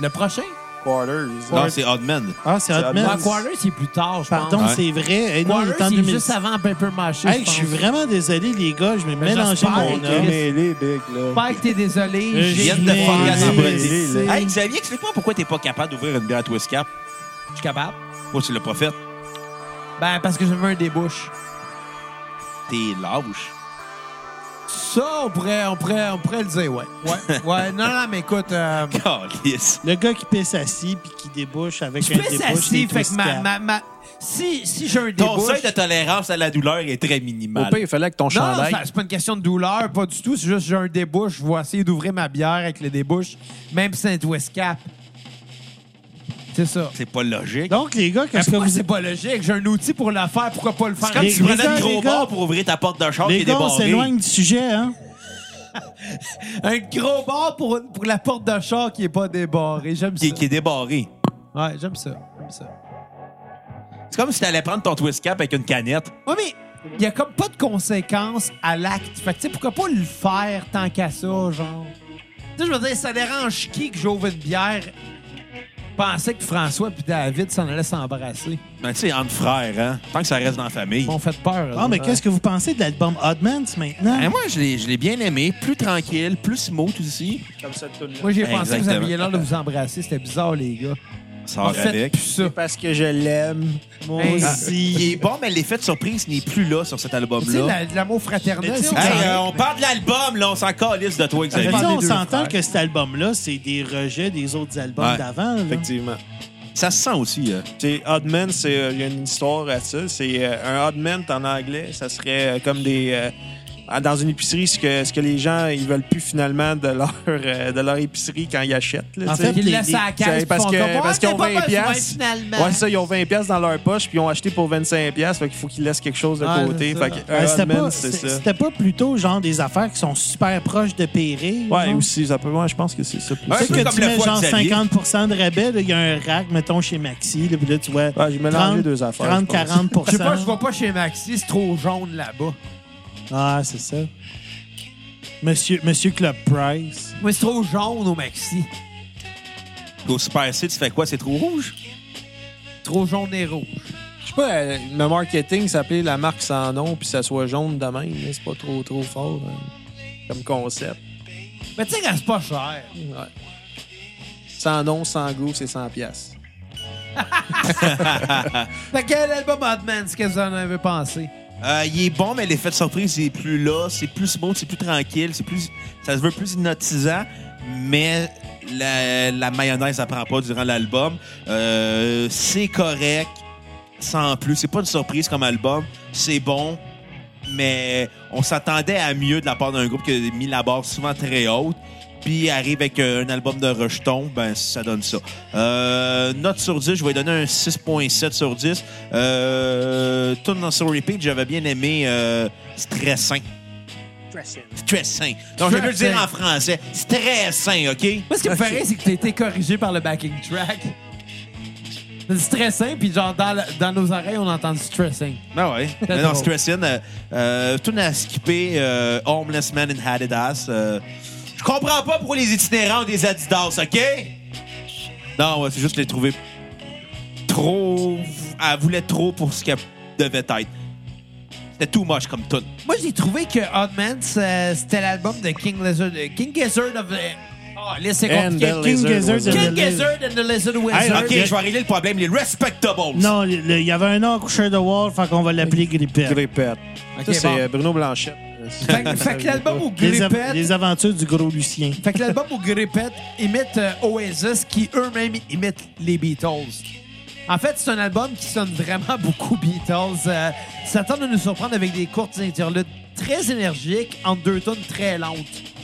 Speaker 2: Le prochain?
Speaker 5: quarters.
Speaker 3: Non, c'est Oddman.
Speaker 4: Ah, c'est
Speaker 5: C'est
Speaker 4: Hotmail.
Speaker 5: Hotmail.
Speaker 2: Ouais, Quarter, c'est plus tard, je
Speaker 4: Pardon,
Speaker 3: Ouais.
Speaker 4: c'est vrai. Eh non, il est
Speaker 2: Quarter,
Speaker 4: en
Speaker 2: c'est
Speaker 4: 2000.
Speaker 2: juste avant Paper Mâché.
Speaker 4: Hey, je suis
Speaker 2: pense.
Speaker 4: vraiment désolé, les gars. Je vais
Speaker 2: Mais
Speaker 4: mélanger
Speaker 2: j'espère
Speaker 4: mon
Speaker 2: que-
Speaker 4: homme.
Speaker 5: mêlé, big, là.
Speaker 2: J'espère que t'es désolé.
Speaker 4: Euh,
Speaker 2: j'ai-
Speaker 3: Je viens de
Speaker 4: Mais-
Speaker 3: faire la
Speaker 5: Mais-
Speaker 3: sambrelée.
Speaker 4: c'est-
Speaker 3: Hey, Xavier, explique-moi pourquoi t'es pas capable d'ouvrir une bière à Twist Cap.
Speaker 2: Je suis capable.
Speaker 3: Moi, tu l'as pas fait.
Speaker 2: Ben, parce que je veux un débouche.
Speaker 3: T'es lâche.
Speaker 2: Ça, on pourrait, on pourrait, on pourrait le dire, ouais. Ouais, ouais. Non, non, mais écoute, euh,
Speaker 3: Calice.
Speaker 4: Le gars qui pisse assis puis qui débouche avec
Speaker 2: je
Speaker 4: un
Speaker 2: peux
Speaker 4: débouche.
Speaker 2: s'assis,
Speaker 4: des
Speaker 2: fait que ma,
Speaker 4: twisted.
Speaker 2: ma, ma- si, si j'ai un
Speaker 3: Ton
Speaker 2: débouche...
Speaker 3: seuil de tolérance à la douleur est très
Speaker 5: Au
Speaker 3: minimal.
Speaker 5: pire, il fallait que ton
Speaker 2: Non,
Speaker 5: chandail.
Speaker 2: ça- c'est pas une question de douleur, pas du tout. C'est juste j'ai un débouche, je vais essayer d'ouvrir ma bière avec le débouche, même Saint-Ouest Cap. C'est ça.
Speaker 3: C'est pas logique.
Speaker 4: Donc, les gars,
Speaker 2: Mais
Speaker 4: qu'est-ce que
Speaker 2: pourquoi
Speaker 4: vous
Speaker 2: c'est pas logique? J'ai un outil pour le faire, pourquoi pas le faire?
Speaker 3: C'est comme
Speaker 4: les-
Speaker 3: tu prenais
Speaker 4: les gars,
Speaker 3: le gros
Speaker 4: les gars-
Speaker 3: bord pour ouvrir ta porte de char qui
Speaker 4: Les
Speaker 3: est
Speaker 4: gars, on
Speaker 3: débarrée.
Speaker 4: s'éloigne du sujet, hein?
Speaker 2: Un gros bord pour, une- pour la porte de char qui est pas débarrée. J'aime ça.
Speaker 3: Qui, qui est débarrée.
Speaker 2: Ouais, j'aime ça. J'aime ça.
Speaker 3: C'est comme si t'allais prendre ton Twist Cap avec une canette.
Speaker 2: Ouais, mais il y a comme pas de conséquences à l'acte. Fait que, tu sais, pourquoi pas le faire tant qu'à ça, genre? Tu sais, je veux dire, ça dérange qui que j'ouvre une bière? Pensais que François puis David s'en allaient s'embrasser.
Speaker 3: Ben, tu sais, entre frères, hein. Tant que ça reste dans la famille.
Speaker 2: Ils m'ont fait peur.
Speaker 4: Ah, mais qu'est-ce que vous pensez de l'album Oddmans maintenant?
Speaker 3: Ben, moi, je l'ai je l'ai bien aimé. Plus tranquille, plus smooth aussi.
Speaker 5: Comme ça, tout le
Speaker 2: Moi, j'ai pensé que vous
Speaker 3: Exactement. Ah,
Speaker 2: aviez l'air de vous embrasser. C'était bizarre, les gars.
Speaker 3: Sors
Speaker 2: En fait,
Speaker 3: avec.
Speaker 2: plus ça.
Speaker 5: Parce que je l'aime.
Speaker 4: Moi
Speaker 2: Hey,
Speaker 3: Il
Speaker 4: aussi.
Speaker 3: est bon, mais l'effet de surprise n'est plus là sur cet
Speaker 2: Tu sais,
Speaker 3: album-là.
Speaker 2: la- l'amour fraternel.
Speaker 4: Mais tu sais,
Speaker 2: c'est-
Speaker 4: on
Speaker 3: Hey,
Speaker 4: s'en-
Speaker 3: euh, on parle de l'album, là. On s'en calisse de toi,
Speaker 4: Je veux dire,
Speaker 3: Xavier.
Speaker 2: parle
Speaker 4: on
Speaker 2: des deux
Speaker 4: s'entend
Speaker 2: frères.
Speaker 4: que cet album-là, c'est des rejets des autres albums
Speaker 3: Ouais.
Speaker 4: d'avant. là.
Speaker 5: Effectivement.
Speaker 3: Ça se sent aussi. euh.
Speaker 5: C'est Oddman, c'est euh, il y a une histoire à ça. C'est euh, un Oddman en anglais, ça serait euh, comme des euh, dans une épicerie ce que ce que les gens ils veulent plus finalement de leur euh, de leur épicerie quand ils achètent. là,
Speaker 4: En
Speaker 5: tu sais.
Speaker 4: fait,
Speaker 2: Ils
Speaker 4: les-
Speaker 2: laissent à la
Speaker 5: C'est
Speaker 2: caisse.
Speaker 5: parce
Speaker 2: puis
Speaker 5: que-
Speaker 2: font comme,
Speaker 5: parce
Speaker 2: Ah,
Speaker 5: qu'ils ont
Speaker 2: t'es pas
Speaker 5: 20
Speaker 2: besoin,
Speaker 5: piastres.
Speaker 2: finalement.
Speaker 5: Ouais, c'est ça, ils ont 20 pièces dans leur poche puis ils ont acheté pour 25 pièces, fait qu'il faut qu'ils laissent quelque chose de
Speaker 2: Ah,
Speaker 5: côté.
Speaker 2: c'est ça.
Speaker 5: Fait que
Speaker 4: Ben,
Speaker 5: un
Speaker 4: c'était
Speaker 5: Oddman,
Speaker 4: pas-
Speaker 5: c'est
Speaker 4: c'est-
Speaker 5: ça.
Speaker 4: C'était pas plutôt genre des affaires qui sont super proches de périr.
Speaker 5: Ouais,
Speaker 4: genre?
Speaker 5: aussi ça peut moi je pense que c'est ça plus.
Speaker 3: Ouais,
Speaker 4: Tu
Speaker 5: ça.
Speaker 4: sais
Speaker 3: peu
Speaker 4: que
Speaker 3: comme
Speaker 4: tu
Speaker 3: la
Speaker 4: mets
Speaker 3: fois
Speaker 4: genre
Speaker 3: de Xavier.
Speaker 4: 50 de rabais, là, il y a un rack, mettons, chez Maxi, là, puis là, tu vois.
Speaker 5: Ouais, j'ai mélangé
Speaker 4: 30,
Speaker 5: deux affaires, je
Speaker 4: 30,
Speaker 5: pense.
Speaker 4: 40
Speaker 2: Je sais pas, je vais pas chez Maxi, c'est trop jaune là-bas.
Speaker 4: Ah, c'est ça. Monsieur, Monsieur Club Price.
Speaker 2: Moi, c'est trop jaune au Maxi.
Speaker 3: Au Super C, tu fais quoi? C'est trop rouge?
Speaker 2: Trop jaune et rouge.
Speaker 5: Je sais pas, euh, le marketing s'appelait la marque sans nom puis ça soit jaune de même, là, c'est pas trop trop fort hein, comme concept.
Speaker 2: Mais tu sais, quand c'est pas cher.
Speaker 5: Ouais. Sans nom, sans goût, c'est 100 pièces.
Speaker 2: Fait que l'album Hotman, ce que vous en avez pensé?
Speaker 3: Euh, il est bon, mais l'effet de surprise il est plus là. C'est plus smooth, c'est plus tranquille. c'est plus, Ça se veut plus hypnotisant, mais la, la mayonnaise, ça prend pas durant l'album. Euh, c'est correct, sans plus. C'est pas une surprise comme album. C'est bon, mais on s'attendait à mieux de la part d'un groupe qui a mis la barre souvent très haute. puis arrive avec euh, un album de rejeton, ben ça donne ça. Euh, note sur 10, je vais donner un 6.7 sur 10. Euh, Tune dans sur repeat, j'avais bien aimé euh, Stressant. Stressant. Donc, je vais le dire en français. Stressant, OK?
Speaker 2: Moi, ce qui me fait rire, c'est que t'as été corrigé par le backing track. C'est stressant, puis genre, dans, le- dans nos oreilles, on entend du stressing.
Speaker 3: Ben ouais. Mais non, Stressing, euh, euh, tout à skipper, euh, Homeless Man in Adidas. euh, je comprends pas pourquoi les itinérants ont des Adidas, OK? Non, ouais, c'est juste que je l'ai trouvé trop... Elle voulait trop pour ce qu'elle devait être. C'était too much comme tune.
Speaker 2: Moi, j'ai trouvé que Odd Man, c'est- c'était l'album de King Lizard. euh, King Gizzard of. euh, Ah, là, c'est
Speaker 5: And
Speaker 2: compliqué.
Speaker 5: the
Speaker 2: King,
Speaker 5: Lizard
Speaker 4: Gizzard
Speaker 5: Wizard.
Speaker 4: de-
Speaker 2: King Gizzard and the Lizard
Speaker 3: Hey,
Speaker 2: Wizard.
Speaker 3: OK, je vais régler le problème. Les Respectables.
Speaker 4: Non, le- le- il y avait un accoucheur de Wall, fait qu'on va l'appeler Grippette.
Speaker 5: Grippette.
Speaker 2: Ok,
Speaker 5: Ça, c'est
Speaker 2: bon.
Speaker 5: euh, Bruno Blanchette.
Speaker 2: Fait, que- fait que l'album au
Speaker 4: Les, av-
Speaker 2: Grippette.
Speaker 4: les aventures du gros Lucien.
Speaker 2: Fait que l'album au Grippette imite euh, Oasis qui eux-mêmes imitent les Beatles. En fait, c'est un album qui sonne vraiment beaucoup Beatles. Euh, ça tente de nous surprendre avec des courtes interludes très énergiques entre deux tonnes très lentes.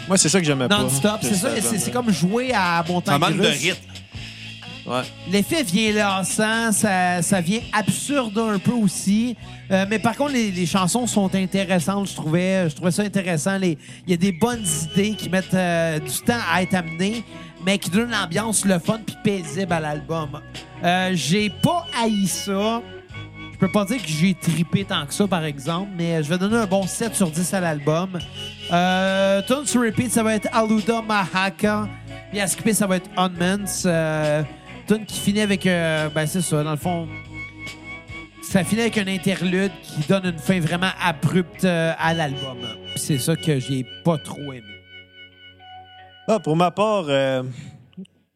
Speaker 5: Moi, c'est ça que j'aimais pas.
Speaker 2: Non-stop, c'est ça.
Speaker 5: Cet
Speaker 2: et c'est-
Speaker 5: album-là.
Speaker 2: C'est comme jouer à montagne
Speaker 3: Ça manque de
Speaker 2: russe.
Speaker 3: rythme.
Speaker 5: Ouais.
Speaker 2: L'effet vient lassant, ça, ça vient absurde un peu aussi. Euh, mais par contre, les, les chansons sont intéressantes, je trouvais. Je trouvais ça intéressant. Les- Il y a des bonnes idées qui mettent euh, du temps à être amenées, mais qui donnent l'ambiance, le fun puis paisible à l'album. Euh, j'ai pas haï ça. Je peux pas dire que j'ai trippé tant que ça, par exemple, mais je vais donner un bon 7 sur 10 à l'album. Euh, Tune to Repeat, ça va être Aluda Mahaka. Puis à skipper, ça va être Unmans. Euh, tune qui finit avec. euh, ben, c'est ça, dans le fond. Ça finit avec un interlude qui donne une fin vraiment abrupte euh, à l'album. Puis C'est ça que j'ai pas trop aimé.
Speaker 5: Ah, pour ma part, euh,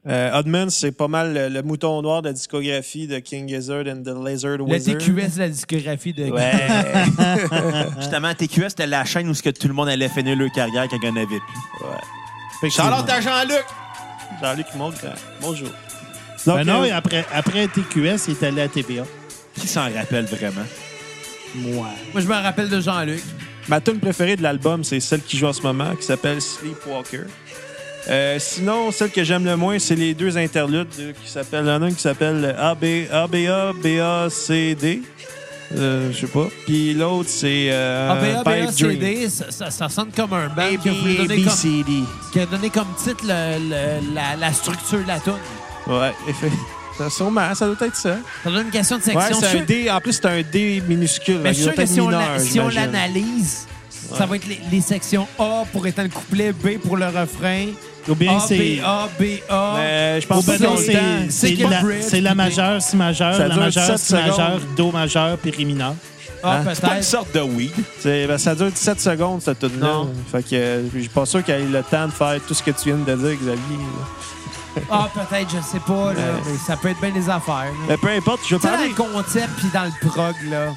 Speaker 5: euh, Oddman, c'est pas mal le, le mouton noir de la discographie de King Gizzard and the Lizard
Speaker 2: Le
Speaker 5: Wizard.
Speaker 2: TQS de la discographie de.
Speaker 5: Ouais.
Speaker 3: Justement, TQS, c'était la chaîne où ce que tout le monde allait finir leur carrière quand il y en avait.
Speaker 5: Charlotte
Speaker 3: Charlotte à Jean-Luc!
Speaker 5: Jean-Luc Mongrain. Bonjour.
Speaker 4: Ben
Speaker 5: Donc,
Speaker 4: non,
Speaker 5: euh,
Speaker 4: et après, après TQS, il est allé à TVA.
Speaker 3: Qui s'en rappelle vraiment?
Speaker 4: Moi.
Speaker 2: Moi, je me rappelle de Jean-Luc.
Speaker 5: Euh, Ma tune préférée de l'album, c'est celle qui joue en ce moment, qui s'appelle Sleepwalker. Euh, sinon, celle que j'aime le moins, c'est les deux interludes euh, qui s'appellent. Il y en a un qui s'appelle AB, ABA, BACD. Euh, je sais pas. Puis l'autre, c'est euh,
Speaker 2: ABA,
Speaker 5: Pipe Dream.
Speaker 2: BACD, ah, ça, ça, ça sonne comme un band qui a voulu donner comme-
Speaker 5: ABCD.
Speaker 2: qui a donné comme titre le- le- la, la structure de la toune.
Speaker 5: Ouais, effet- ça, sûrement, ça doit être ça.
Speaker 2: Ça donne une question de section.
Speaker 5: Ouais, c'est un
Speaker 2: Sûr-
Speaker 5: D. En plus, c'est un D minuscule.
Speaker 2: Mais je
Speaker 5: donc il
Speaker 2: suis sûr
Speaker 5: doit
Speaker 2: que
Speaker 5: être
Speaker 2: si on la-
Speaker 5: mineur,
Speaker 2: si on
Speaker 5: j'imagine.
Speaker 2: l'analyse, ça va être les, les sections A pour étant le couplet, B pour le refrain,
Speaker 4: Ou bien
Speaker 2: A,
Speaker 4: c'est.
Speaker 2: B, A, B, A.
Speaker 5: Mais Euh, je
Speaker 4: Ou
Speaker 5: pense
Speaker 4: bien
Speaker 5: pas
Speaker 2: c'est-
Speaker 4: non,
Speaker 5: que
Speaker 4: c'est-
Speaker 5: c'est le temps.
Speaker 4: c'est
Speaker 2: c'est
Speaker 4: la,
Speaker 2: Bridge,
Speaker 4: c'est la
Speaker 2: puis-
Speaker 4: majeure, si majeure,
Speaker 5: Ça
Speaker 4: la
Speaker 5: dure
Speaker 4: majeure,
Speaker 5: 17
Speaker 4: si majeure,
Speaker 5: secondes.
Speaker 4: do majeure, puis ré mineur.
Speaker 5: hein,
Speaker 2: Ah,
Speaker 3: C'est pas une
Speaker 2: peut-être.
Speaker 3: sorte de weed.
Speaker 5: C'est- ben, ça dure 17 secondes, cette tune là
Speaker 2: Non.
Speaker 5: Fait que euh, je suis pas sûr qu'elle ait le temps de faire tout ce que tu viens de dire, Xavier. là.
Speaker 2: Ah, peut-être, je sais pas. là,
Speaker 5: Ouais.
Speaker 2: mais ça peut être bien des affaires. là.
Speaker 5: Mais peu importe, je veux
Speaker 2: Tu sais, dans le
Speaker 5: parler,
Speaker 2: concept puis dans le prog, là.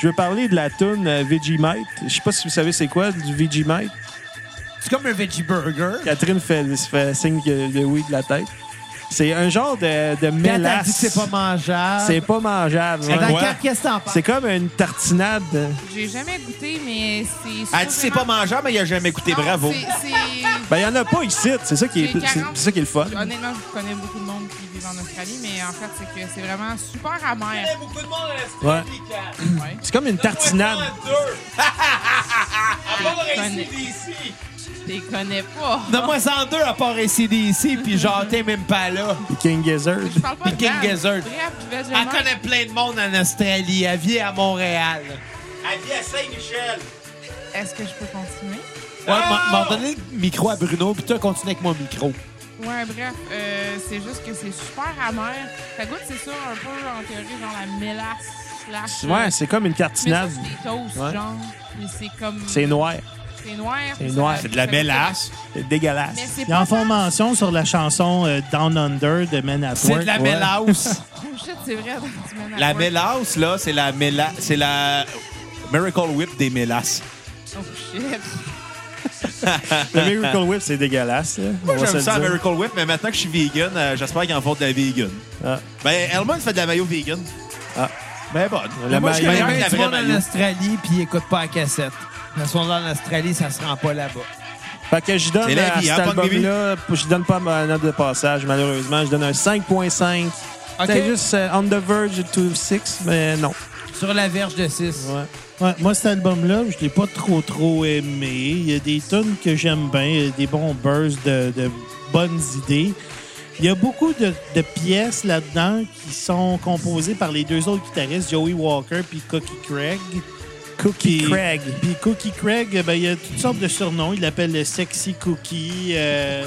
Speaker 5: je veux parler de la tune euh, Vegemite. Je sais pas si vous savez c'est quoi, du Vegemite.
Speaker 2: C'est comme un veggie burger.
Speaker 5: Catherine fait, se fait signe que- de oui de la tête. C'est un genre de, de
Speaker 2: Mais elle t'a
Speaker 5: mélasse.
Speaker 2: dit que c'est pas mangeable.
Speaker 5: C'est pas mangeable.
Speaker 2: Mais
Speaker 5: ouais.
Speaker 2: dans
Speaker 3: Ouais.
Speaker 2: quel- qu'est-ce que t'en penses?
Speaker 5: C'est comme une tartinade.
Speaker 6: J'ai jamais goûté, mais c'est.
Speaker 3: Elle dit c'est pas mangeable, mais il a jamais écouté.
Speaker 6: Non,
Speaker 3: Bravo.
Speaker 6: c'est- c'est-
Speaker 5: Ben, il y en a pas ici. C'est ça qui est,
Speaker 6: J'ai
Speaker 5: c'est
Speaker 6: 40.
Speaker 5: c'est ça qui est le fun.
Speaker 6: Honnêtement, je connais beaucoup de monde qui vit en Australie, mais en fait, c'est que c'est vraiment super amer.
Speaker 5: Ouais.
Speaker 6: Ouais.
Speaker 5: C'est comme une tartinade.
Speaker 6: Je connais- Je les connais pas.
Speaker 2: Donne-moi ça en deux à part ici, puis genre, t'es même pas là.
Speaker 5: King Gizzard.
Speaker 6: Je parle pas de
Speaker 2: Picking
Speaker 6: Brad.
Speaker 2: Gizzard.
Speaker 6: Brad, puis Benjamin.
Speaker 2: Elle connaît plein de monde en Australie. Elle vit à Montréal.
Speaker 6: Est-ce que je peux continuer?
Speaker 2: Ouais, m'a- m'a donné le micro à Bruno, puis toi, continue avec mon micro.
Speaker 6: Ouais, bref, euh, c'est juste que c'est super amer. Ça goûte, c'est sûr, un peu en théorie, genre la mélasse. slash-
Speaker 5: Ouais, c'est comme une
Speaker 6: Mais ça,
Speaker 5: tartinade.
Speaker 6: c'est des toasts,
Speaker 5: Ouais.
Speaker 6: genre. Mais c'est comme.
Speaker 5: C'est noir.
Speaker 6: C'est noir.
Speaker 5: C'est
Speaker 6: puis
Speaker 5: noir.
Speaker 6: ça-
Speaker 5: C'est
Speaker 3: de la
Speaker 6: ça-
Speaker 3: mélasse.
Speaker 5: C'est dégueulasse.
Speaker 6: Mais c'est
Speaker 4: Il y a
Speaker 6: pas.
Speaker 4: enfin mention sur la chanson euh, Down Under de Men at
Speaker 2: C'est
Speaker 4: Work.
Speaker 2: de la mélasse.
Speaker 6: Oh shit, c'est vrai. tu mènes à
Speaker 3: La
Speaker 6: work.
Speaker 3: mélasse, là, c'est la méla... c'est la Miracle Whip des mélasses.
Speaker 6: Oh shit.
Speaker 5: Le Miracle Whip, c'est dégueulasse. là.
Speaker 3: Moi,
Speaker 5: On va se
Speaker 3: j'aime
Speaker 5: le
Speaker 3: ça,
Speaker 5: dire.
Speaker 3: Miracle Whip, mais maintenant que je suis vegan, euh, j'espère qu'ils en font de la vegan.
Speaker 5: Ah.
Speaker 3: Ben, Elmond fait de la mayo vegan.
Speaker 5: Ah.
Speaker 3: Ben, bonne.
Speaker 5: La
Speaker 2: Moi, je connais
Speaker 5: maillot.
Speaker 3: Ben,
Speaker 2: bien
Speaker 3: la
Speaker 2: du
Speaker 3: vraie
Speaker 2: monde en
Speaker 3: maillot.
Speaker 2: Australie, puis ils écoutent pas la cassette. Ils sont en Australie, ça se rend pas là-bas.
Speaker 5: Fait que je donne
Speaker 3: C'est la
Speaker 5: à
Speaker 3: vie,
Speaker 5: cet
Speaker 3: hein, Punk Baby?
Speaker 5: album-là, je donne pas ma note de passage, malheureusement. Je donne un 5.5.
Speaker 2: Ok.
Speaker 5: C'était juste euh, on the verge to 6, mais non.
Speaker 2: Sur la verge de 6.
Speaker 5: Ouais.
Speaker 4: Ouais, moi, cet album-là, je l'ai pas trop, trop aimé. Il y a des tunes que j'aime bien, il y a des bons bursts de, de bonnes idées. Il y a beaucoup de, de pièces là-dedans qui sont composées par les deux autres guitaristes, Joey Walker puis Cookie Craig. Cookie
Speaker 5: Craig.
Speaker 4: Puis Cookie Craig, ben, il y a toutes sortes de surnoms. Il l'appelle le Sexy Cookie, euh,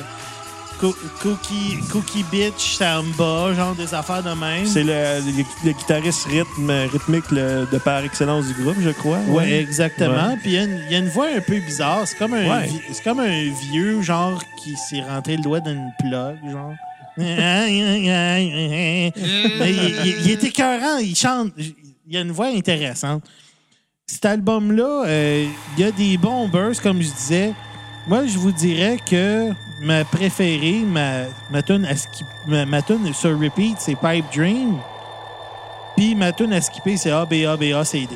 Speaker 4: Coo- Cookie, Cookie Bitch, Samba, genre des affaires de même.
Speaker 5: C'est le, le- le guitariste rythme, rythmique le- de par excellence du groupe, je crois.
Speaker 4: Oui,
Speaker 5: Ouais.
Speaker 4: exactement.
Speaker 5: Ouais.
Speaker 4: Puis il y a une- il y, a une voix un peu bizarre. C'est comme un,
Speaker 5: Ouais.
Speaker 4: vi- c'est comme un vieux genre qui s'est rentré le doigt dans une plug, genre. Mais il, il- il est écœurant, il chante. Il y a une voix intéressante. Cet album-là, euh, il y a des bons bursts, comme je disais. Moi, je vous dirais que ma préférée, ma, ma tune à skip- ma, ma tune sur repeat, c'est Pipe Dream. Puis ma tune à skipper, c'est A, B, A, B, A, C, D.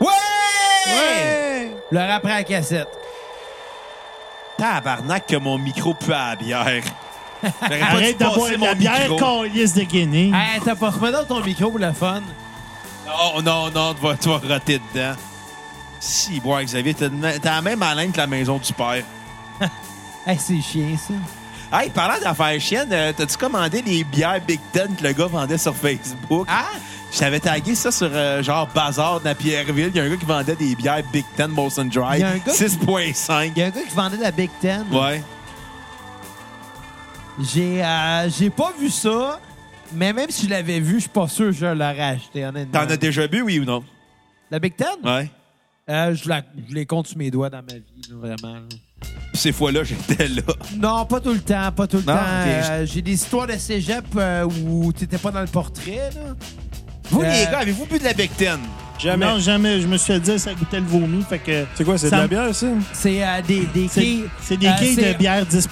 Speaker 2: Ouais! Le rap à la cassette.
Speaker 3: Tabarnak que mon micro pue à la bière. J'aurais pas dû
Speaker 4: Arrête de
Speaker 3: passer
Speaker 4: boire de
Speaker 3: mon
Speaker 4: la bière,
Speaker 3: micro.
Speaker 4: calice de Guinée.
Speaker 2: Hey, t'as pas remis dans ton micro pour le fun?
Speaker 3: Non, non, non, tu vas, tu vas roter dedans. Si, boire, Xavier, t'as de- t'as la même haleine que la maison du père.
Speaker 2: Hey, c'est chiant, ça.
Speaker 3: Hey, parlant d'affaires chiennes, euh, t'as-tu commandé les bières Big Ten que le gars vendait sur Facebook?
Speaker 2: Ah!
Speaker 3: Je t'avais tagué ça sur euh, genre Bazar de la Pierreville. Il y a un gars qui vendait des bières Big Ten Molson
Speaker 2: Il
Speaker 3: Drive.
Speaker 2: y a un gars qui-
Speaker 3: 6.5.
Speaker 2: Il y a un gars qui vendait de la Big Ten.
Speaker 3: Ouais.
Speaker 2: J'ai euh, j'ai pas vu ça, mais même si je l'avais vu, je suis pas sûr que je l'aurais acheté, honnêtement.
Speaker 3: T'en as déjà bu, oui ou non?
Speaker 2: La Big Ten?
Speaker 3: Ouais.
Speaker 2: Euh, je, la- je les compte sur mes doigts dans ma vie, là, vraiment. là.
Speaker 3: Puis ces fois-là, j'étais là.
Speaker 2: Non, pas tout le temps, pas tout le
Speaker 3: Non,
Speaker 2: temps.
Speaker 3: ok.
Speaker 2: Euh, J'ai des histoires de cégep euh, où t'étais pas dans le portrait, là.
Speaker 3: Vous,
Speaker 2: Euh,
Speaker 3: les gars, avez-vous bu de la Big Ten?
Speaker 5: Jamais.
Speaker 4: Non, jamais. Je me suis fait dire ça goûtait le vomi. Fait que
Speaker 5: C'est quoi, c'est de
Speaker 4: Ça
Speaker 5: la
Speaker 4: me-
Speaker 5: bière, ça?
Speaker 2: C'est euh, des, des
Speaker 4: c'est
Speaker 2: quilles.
Speaker 4: c'est des
Speaker 2: euh,
Speaker 4: quilles
Speaker 2: c'est
Speaker 4: de bière 10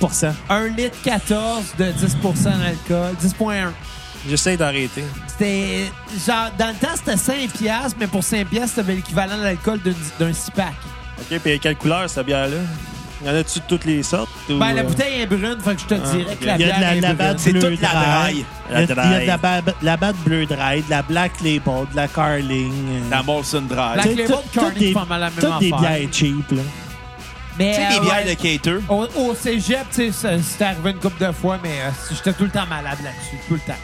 Speaker 2: 1 litre 14 de 10 d'alcool. 10,1.
Speaker 5: J'essaie d'arrêter.
Speaker 2: C'était. Genre, dans le temps, c'était 5 piastres, mais pour 5 piastres, t'avais l'équivalent de l'alcool d'une- d'un 6-pack.
Speaker 5: OK, puis quelle couleur, cette bière-là? Y en a-tu de toutes les sortes? ou,
Speaker 2: Ben, la
Speaker 5: euh,
Speaker 2: bouteille est brune, fait que je te dirais que la
Speaker 4: Il y a
Speaker 2: bière
Speaker 4: de la,
Speaker 2: est
Speaker 4: la
Speaker 2: brune.
Speaker 4: batte
Speaker 3: C'est
Speaker 4: bleue
Speaker 3: toute la
Speaker 4: dry.
Speaker 3: braille.
Speaker 4: Il y a-
Speaker 5: La
Speaker 4: il y a de
Speaker 5: dry.
Speaker 4: la, ba- la batte bleue dry, de la black label, de la carling. euh,
Speaker 3: La Molson Drive.
Speaker 2: La-
Speaker 4: t'sais,
Speaker 2: Black
Speaker 4: tout-
Speaker 2: Label, Carling,
Speaker 4: toutes des-
Speaker 2: c'est pas mal la même
Speaker 4: Toutes des
Speaker 2: affaire.
Speaker 4: bières cheap, là.
Speaker 2: Mais,
Speaker 3: Tu sais,
Speaker 2: euh,
Speaker 3: les bières
Speaker 2: ouais,
Speaker 3: de Cater.
Speaker 2: Au, au cégep, tu sais, ça- c'était arrivé une couple de fois, mais euh, j'étais tout le temps malade là-dessus, tout le temps.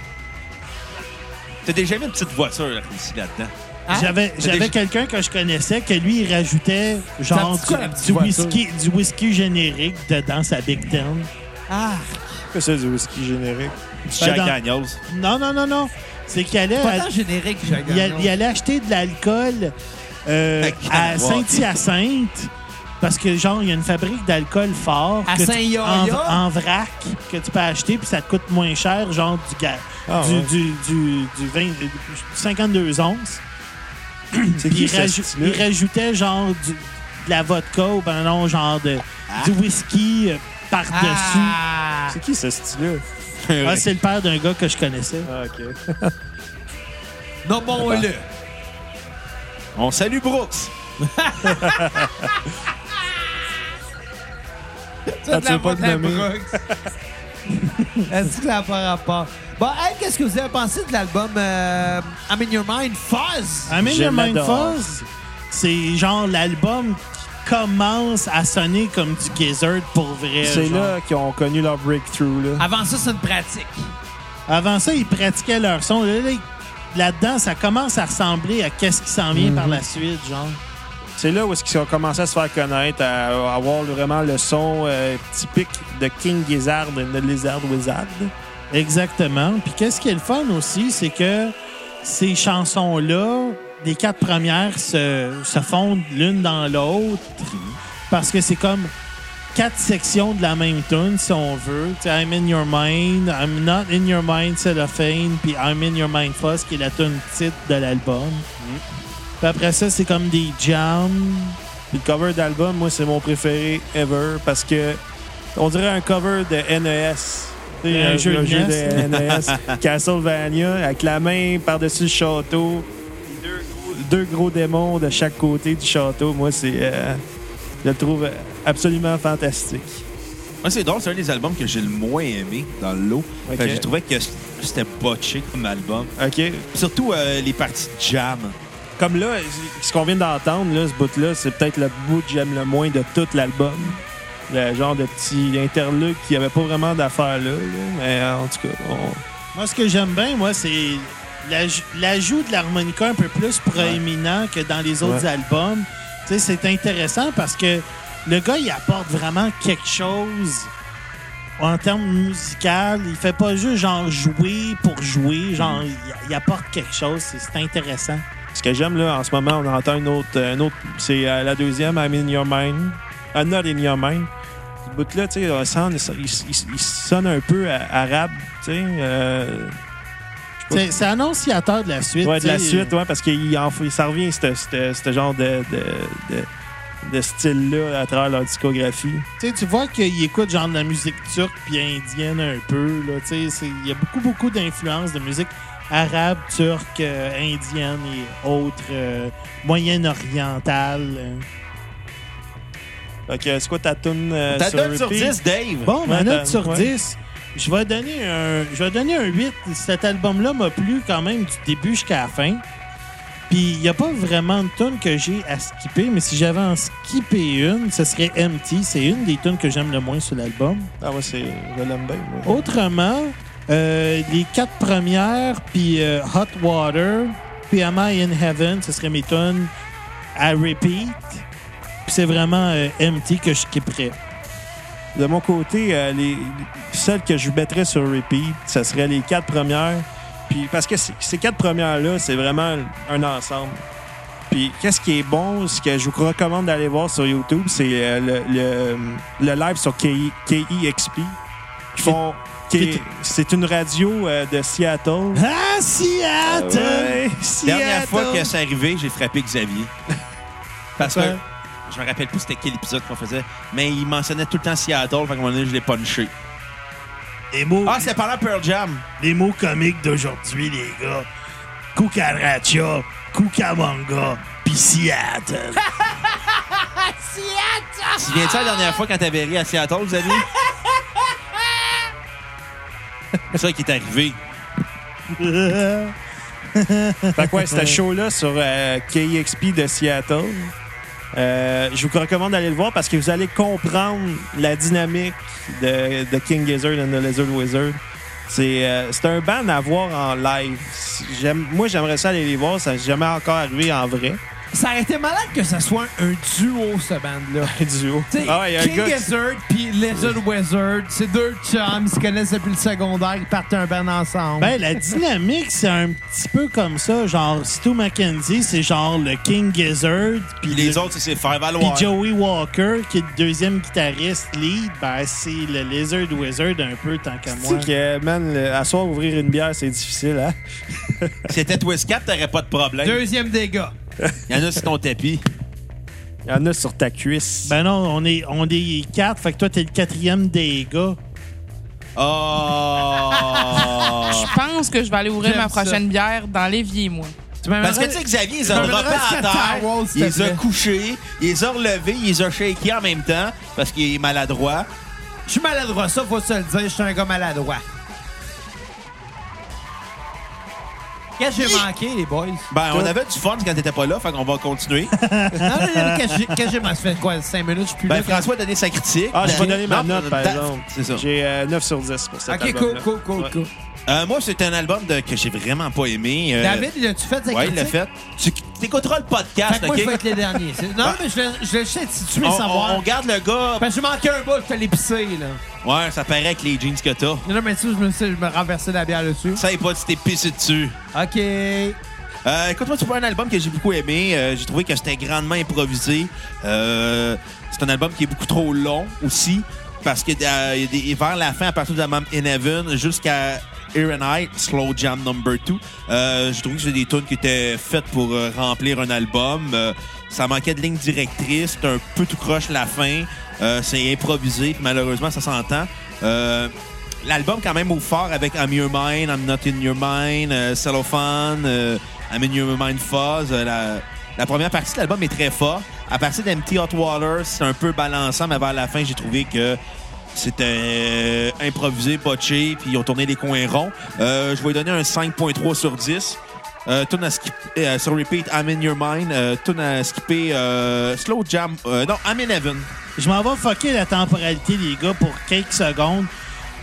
Speaker 3: T'as déjà mis une petite voiture ici là-dedans.
Speaker 2: Hein?
Speaker 4: J'avais, j'avais
Speaker 3: déjà-
Speaker 4: quelqu'un que je connaissais que lui, il rajoutait genre
Speaker 2: petite quoi, la
Speaker 4: du,
Speaker 2: petite
Speaker 4: du
Speaker 2: voiture?
Speaker 4: whisky, du whisky générique dedans sa Big Ten.
Speaker 2: Ah!
Speaker 5: que c'est du whisky générique?
Speaker 3: Du
Speaker 4: Ben,
Speaker 3: Jack
Speaker 4: dans-
Speaker 3: Daniels.
Speaker 4: Non, non, non, non. C'est qu'il allait.
Speaker 2: Pas
Speaker 4: à-
Speaker 2: tant générique, j'ai
Speaker 4: Il, a- il allait acheter de l'alcool euh,
Speaker 3: À Canada.
Speaker 4: à Saint-Hyacinthe parce que, genre, il y a une fabrique d'alcool fort
Speaker 2: À
Speaker 4: que tu-
Speaker 2: Saint-Yoya?
Speaker 4: en, en vrac que tu peux acheter, puis ça te coûte moins cher, genre du, ga-
Speaker 5: Ah,
Speaker 4: du,
Speaker 5: ouais.
Speaker 4: du, du, du 20 du 52 onces.
Speaker 5: C'est
Speaker 4: Puis
Speaker 5: qui,
Speaker 4: il,
Speaker 5: ce
Speaker 4: raj-
Speaker 5: style-là?
Speaker 4: il rajoutait, genre, du- de la vodka ou ben non, genre, de,
Speaker 5: Ah.
Speaker 4: du whisky euh, par-dessus.
Speaker 2: Ah!
Speaker 5: C'est qui, ce style-là?
Speaker 4: Ah, c'est le père d'un gars que je connaissais.
Speaker 5: Ah, OK.
Speaker 2: Nommons-le.
Speaker 3: On salue Brooks.
Speaker 5: Ah, tu veux pas le nommer?
Speaker 2: Est-ce que ça n'a pas rapport? Bon, hey, qu'est-ce que vous avez pensé de l'album euh, I'm in Your Mind Fuzz?
Speaker 4: I mean,
Speaker 5: Je
Speaker 4: Your Mind
Speaker 5: l'adore.
Speaker 4: Fuzz, c'est genre l'album qui commence à sonner comme du Gizzard pour vrai.
Speaker 5: C'est
Speaker 4: genre.
Speaker 5: là qu'ils ont connu leur breakthrough,
Speaker 4: Ah.
Speaker 5: là.
Speaker 2: Avant ça, c'est une pratique.
Speaker 4: Avant ça, ils pratiquaient leur son. Là, là, Là-dedans, ça commence à ressembler à qu'est-ce qui s'en vient par la suite, genre.
Speaker 5: C'est là où est-ce qu'ils ont commencé à se faire connaître, à avoir vraiment le son euh, typique de King Gizzard et de Lizard Wizard.
Speaker 4: Exactement. Puis qu'est-ce qui est le fun aussi, c'est que ces chansons-là, les quatre premières se, se fondent l'une dans l'autre parce que c'est comme quatre sections de la même tune si on veut. Tu sais, I'm in your mind, I'm not in your mind, Cellophane, puis I'm in your mind Fuzz, qui est la tune titre de l'album. Puis après ça, c'est comme des jams.
Speaker 5: Puis le cover d'album, moi, c'est mon préféré ever parce que on dirait un cover de NES. Tu sais,
Speaker 4: Un jeu de E
Speaker 5: jeu
Speaker 4: NES.
Speaker 5: de NES. Castlevania, avec la main par-dessus le château. Deux gros, deux gros démons de chaque côté du château. Moi, c'est. euh, Je le trouve absolument fantastique.
Speaker 3: Moi, c'est drôle, c'est un des albums que j'ai le moins aimé dans le lot. Fait que
Speaker 5: Ok.
Speaker 3: J'ai trouvé que c'était botché comme album.
Speaker 5: OK?
Speaker 3: Surtout euh, les parties de jam.
Speaker 5: Comme là, ce qu'on vient d'entendre, là, ce bout-là, c'est peut-être le bout que j'aime le moins de tout l'album. Le genre de petit interlude qui avait pas vraiment d'affaires là, là. Mais euh, en tout cas, on-
Speaker 4: Moi, ce que j'aime bien, moi, c'est l'aj- l'ajout de l'harmonica un peu plus proéminent que dans les autres
Speaker 5: Ouais.
Speaker 4: albums. Tu sais, c'est intéressant parce que le gars, il apporte vraiment quelque chose en termes musical. Il fait pas juste genre jouer pour jouer. Genre,
Speaker 5: Mm.
Speaker 4: il, il apporte quelque chose. C'est c'est intéressant.
Speaker 5: ce que j'aime là, en ce moment, on entend une autre. euh, Une autre c'est euh, la deuxième, I'm in your mind. I'm not in your mind. Ce bout-là, tu sais, on sent- il, il- il sonne un peu à- arabe, tu sais. euh,
Speaker 4: C'est c'est annonciateur de la suite.
Speaker 5: Ouais, de la
Speaker 4: tu sais.
Speaker 5: suite, ouais, parce que ça revient, ce- ce ce genre de, de- de- de style-là à travers leur discographie.
Speaker 4: Tu sais, tu vois qu'il écoute genre de la musique turque puis indienne un peu. Là, tu sais, c'est- il y a beaucoup, beaucoup d'influences de musique arabe, turque, euh, indienne et autres, euh, moyen-orientale. euh.
Speaker 5: Fait que c'est quoi ta tune euh,
Speaker 3: T'as
Speaker 5: sur
Speaker 3: donne sur
Speaker 5: repeat?
Speaker 3: 10, Dave.
Speaker 4: Bon, ma
Speaker 5: Madame,
Speaker 4: note sur
Speaker 5: ouais.
Speaker 4: 10, je vais donner un je vais donner un 8. Cet album-là m'a plu quand même du début jusqu'à la fin. Puis il n'y a pas vraiment de tune que j'ai à skipper, mais si j'avais à en skipper une, ce serait MT. C'est une des tunes que j'aime le moins sur l'album.
Speaker 5: Ah ouais, c'est... Je l'aime bien, moi.
Speaker 4: Oh. Autrement, euh, les quatre premières, puis euh, Hot Water, puis Am I in Heaven, ce serait mes tunes à repeat. Puis c'est vraiment euh, MT que je skipperais.
Speaker 5: De mon côté, euh, les, celles que je mettrais sur repeat, ce serait les quatre premières. Puis parce que c- ces quatre premières-là, c'est vraiment un ensemble. Puis qu'est-ce qui est bon, ce que je vous recommande d'aller voir sur YouTube, c'est euh, le, le- le live sur KI KIXP. Ils font- E
Speaker 4: qui-
Speaker 5: C'est une radio euh, de Seattle.
Speaker 4: Ah, Seattle!
Speaker 5: Ouais,
Speaker 3: Dernière
Speaker 5: Seattle.
Speaker 3: fois que c'est arrivé, j'ai frappé Xavier. Parce que
Speaker 5: Pourquoi?
Speaker 3: je me rappelle plus c'était quel épisode qu'on faisait, mais il mentionnait tout le temps Seattle, fait qu'à un moment donné, je l'ai punché.
Speaker 4: Les, mots,
Speaker 3: Ah, c'est pendant Pearl Jam.
Speaker 4: les mots comiques d'aujourd'hui, les gars. Cucaracha, Cucamonga, puis Seattle.
Speaker 3: Tu viens de ça la dernière fois quand t'avais ri à Seattle, Xavier? c'est ça qui est arrivé.
Speaker 5: Fait que ouais, c'était show-là sur euh, KXP de Seattle. Euh, je vous recommande d'aller le voir parce que vous allez comprendre la dynamique de, de King Gizzard and the Lizard Wizard. C'est euh, c'est un band à voir en live. J'aime- Moi, j'aimerais ça aller les voir. Ça n'est jamais encore arrivé en vrai.
Speaker 2: Ça aurait été malade que ça soit un, un duo, ce band-là.
Speaker 5: Un duo.
Speaker 2: Tu sais,
Speaker 5: Ah ouais, il y a un
Speaker 2: King
Speaker 5: gars qui-
Speaker 2: Gizzard puis Lizard Wizard, c'est deux chums, ils se connaissent depuis le secondaire, ils partent un band ensemble.
Speaker 4: Ben, la dynamique, c'est un petit peu comme ça. Genre, Stu McKenzie, c'est genre le King Gizzard. Puis
Speaker 3: Puis les
Speaker 4: le-
Speaker 3: autres, c'est- c'est faire
Speaker 4: Puis
Speaker 3: valoir.
Speaker 4: Joey Walker, qui est le deuxième guitariste lead, ben, c'est le Lizard Wizard un peu, tant qu'à
Speaker 5: Tu
Speaker 4: moi.
Speaker 5: sais que, man, le- à soir, ouvrir une bière, c'est difficile, hein?
Speaker 3: C'était Twist Cap, t'aurais pas de problème.
Speaker 2: Deuxième dégât.
Speaker 3: Il y en a sur ton tapis.
Speaker 5: Il y en a sur ta cuisse.
Speaker 4: Ben non, on est, on est quatre, fait que toi, t'es le quatrième des gars.
Speaker 3: Oh!
Speaker 6: Je pense que je vais aller ouvrir
Speaker 2: J'aime
Speaker 6: ma
Speaker 2: ça.
Speaker 6: prochaine bière dans l'évier, moi.
Speaker 2: Tu m'aimerais-
Speaker 3: Parce que, tu sais, Xavier, ils ont
Speaker 2: Non, mais
Speaker 3: droppé à
Speaker 2: reste à
Speaker 3: terre,
Speaker 2: Towel, s'il
Speaker 3: ils
Speaker 2: te
Speaker 3: les ont
Speaker 2: plaît.
Speaker 3: couchés, ils les ont relevés, ils les ont shakés en même temps parce qu'il est maladroit.
Speaker 2: Je suis maladroit, ça, faut se le dire, je suis un gars maladroit. Qu'est-ce que j'ai manqué, les boys?
Speaker 3: Ben, on avait du fun quand t'étais pas là, fait qu'on va continuer.
Speaker 2: Non, non, non, qu'est-ce que j'ai- qu'est-ce que j'ai manqué? Ça fait quoi, 5 minutes, je suis plus
Speaker 3: Ben,
Speaker 2: là.
Speaker 3: François a donné sa critique.
Speaker 5: Ah, je vais
Speaker 3: Ben,
Speaker 5: donner ma
Speaker 3: non,
Speaker 5: note, par
Speaker 3: ta-
Speaker 5: exemple.
Speaker 3: C'est ça.
Speaker 5: J'ai euh, 9 sur 10 pour cet
Speaker 2: Ok, cool,
Speaker 5: album-là.
Speaker 2: cool, cool,
Speaker 5: Ouais.
Speaker 2: cool.
Speaker 3: Euh, moi, c'est un album de- que j'ai vraiment pas aimé. euh,
Speaker 2: David, l'as-tu fait sa
Speaker 3: ouais,
Speaker 2: critique?
Speaker 3: il l'a fait. Tu t'écouteras le
Speaker 2: Fait
Speaker 3: podcast,
Speaker 2: que moi,
Speaker 3: OK? Ben,
Speaker 2: je vais être les derniers. C'est- Non, mais je vais, je vais juste être situé,
Speaker 3: On,
Speaker 2: savoir.
Speaker 3: on- on garde le gars.
Speaker 2: Parce que j'ai manqué un bout, je suis allé pisser, là.
Speaker 3: Ouais, ça paraît avec les jeans que t'as.
Speaker 2: Non, non, mais tu sais, je me suis je me renversais la bière dessus.
Speaker 3: Ça est pas si t'es pissé dessus.
Speaker 2: OK.
Speaker 3: Euh, écoute, moi, c'est pas un album que j'ai beaucoup aimé. Euh, j'ai trouvé que c'était grandement improvisé. Euh, c'est un album qui est beaucoup trop long aussi. Parce que euh, il y a des- vers la fin, à partir de Mom in Heaven jusqu'à Here and I, Slow Jam Number 2, euh, j'ai trouvé que c'est des tunes qui étaient faites pour euh, remplir un album. Euh, ça manquait de ligne directrice. C'était un peu tout croche la fin. Euh, c'est improvisé. puis Malheureusement, ça s'entend. Euh, L'album, quand même, au fort avec I'm Your Mind, I'm Not In Your Mind, euh, Cellophane, euh, I'm In Your Mind Fuzz. euh, la- La première partie de l'album est très forte. À partir d'Empty Hot Water, c'est un peu balançant, mais vers la fin, j'ai trouvé que c'était euh, improvisé, botché, puis ils ont tourné les coins ronds. Euh, je vais lui donner un 5.3 sur 10. Euh, tune à skipper, euh, sur repeat, I'm in your mind. Euh, tune à skipper, euh, slow jam. euh, non, I'm in heaven.
Speaker 4: Je m'en vais fucker la temporalité, les gars, pour quelques secondes.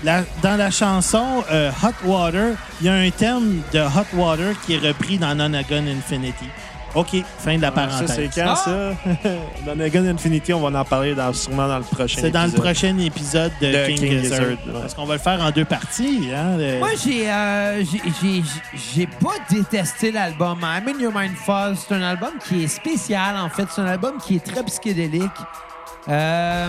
Speaker 4: La- dans la chanson euh, Hot Water, il y a un thème de Hot Water qui est repris dans Nonagon Infinity. OK, fin de la
Speaker 5: Ah, Ça,
Speaker 4: parenthèse.
Speaker 5: c'est quand, ça? Ah! dans Negan Infinity, on va en parler dans- sûrement dans le prochain
Speaker 4: C'est dans le
Speaker 5: épisode.
Speaker 4: prochain épisode de,
Speaker 5: De
Speaker 4: King,
Speaker 5: King
Speaker 4: Gizzard.
Speaker 5: Gizzard, ouais.
Speaker 4: Parce qu'on va le faire en deux parties. Hein, le-
Speaker 2: Moi, j'ai euh, j'ai- j'ai- j'ai pas détesté l'album. I'm in Your Mind Falls, c'est un album qui est spécial, en fait. C'est un album qui est très psychédélique. Euh,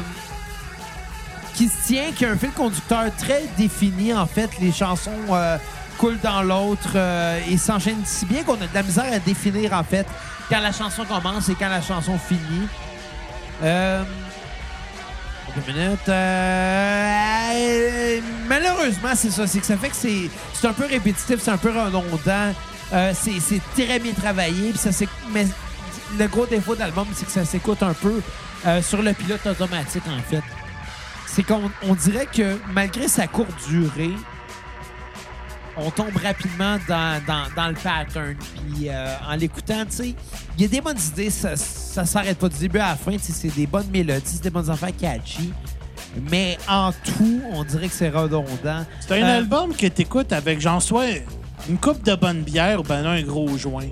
Speaker 2: qui se tient, qui a un fil conducteur très défini, en fait. Les chansons euh, coulent dans l'autre euh, et s'enchaînent si bien qu'on a de la misère à définir, en fait, quand la chanson commence et quand la chanson finit. Euh, deux minutes. Euh, euh, malheureusement, c'est ça. C'est que ça fait que c'est, c'est un peu répétitif, c'est un peu redondant. Euh, c'est, c'est très bien travaillé. puis ça s'éc- mais le gros défaut de l'album, c'est que ça s'écoute un peu euh, sur le pilote automatique, en fait. C'est qu'on on dirait que malgré sa courte durée, on tombe rapidement dans, dans- dans le pattern. Puis euh, en l'écoutant, tu sais, il y a des bonnes idées, ça, ça s'arrête pas du début à la fin, tu sais, c'est des bonnes mélodies, c'est des bonnes affaires catchy. Mais en tout, on dirait que c'est redondant.
Speaker 4: C'est un
Speaker 2: Euh,
Speaker 4: album que t'écoutes avec, j'en soit une coupe de bonne bière ou ben là, un gros joint.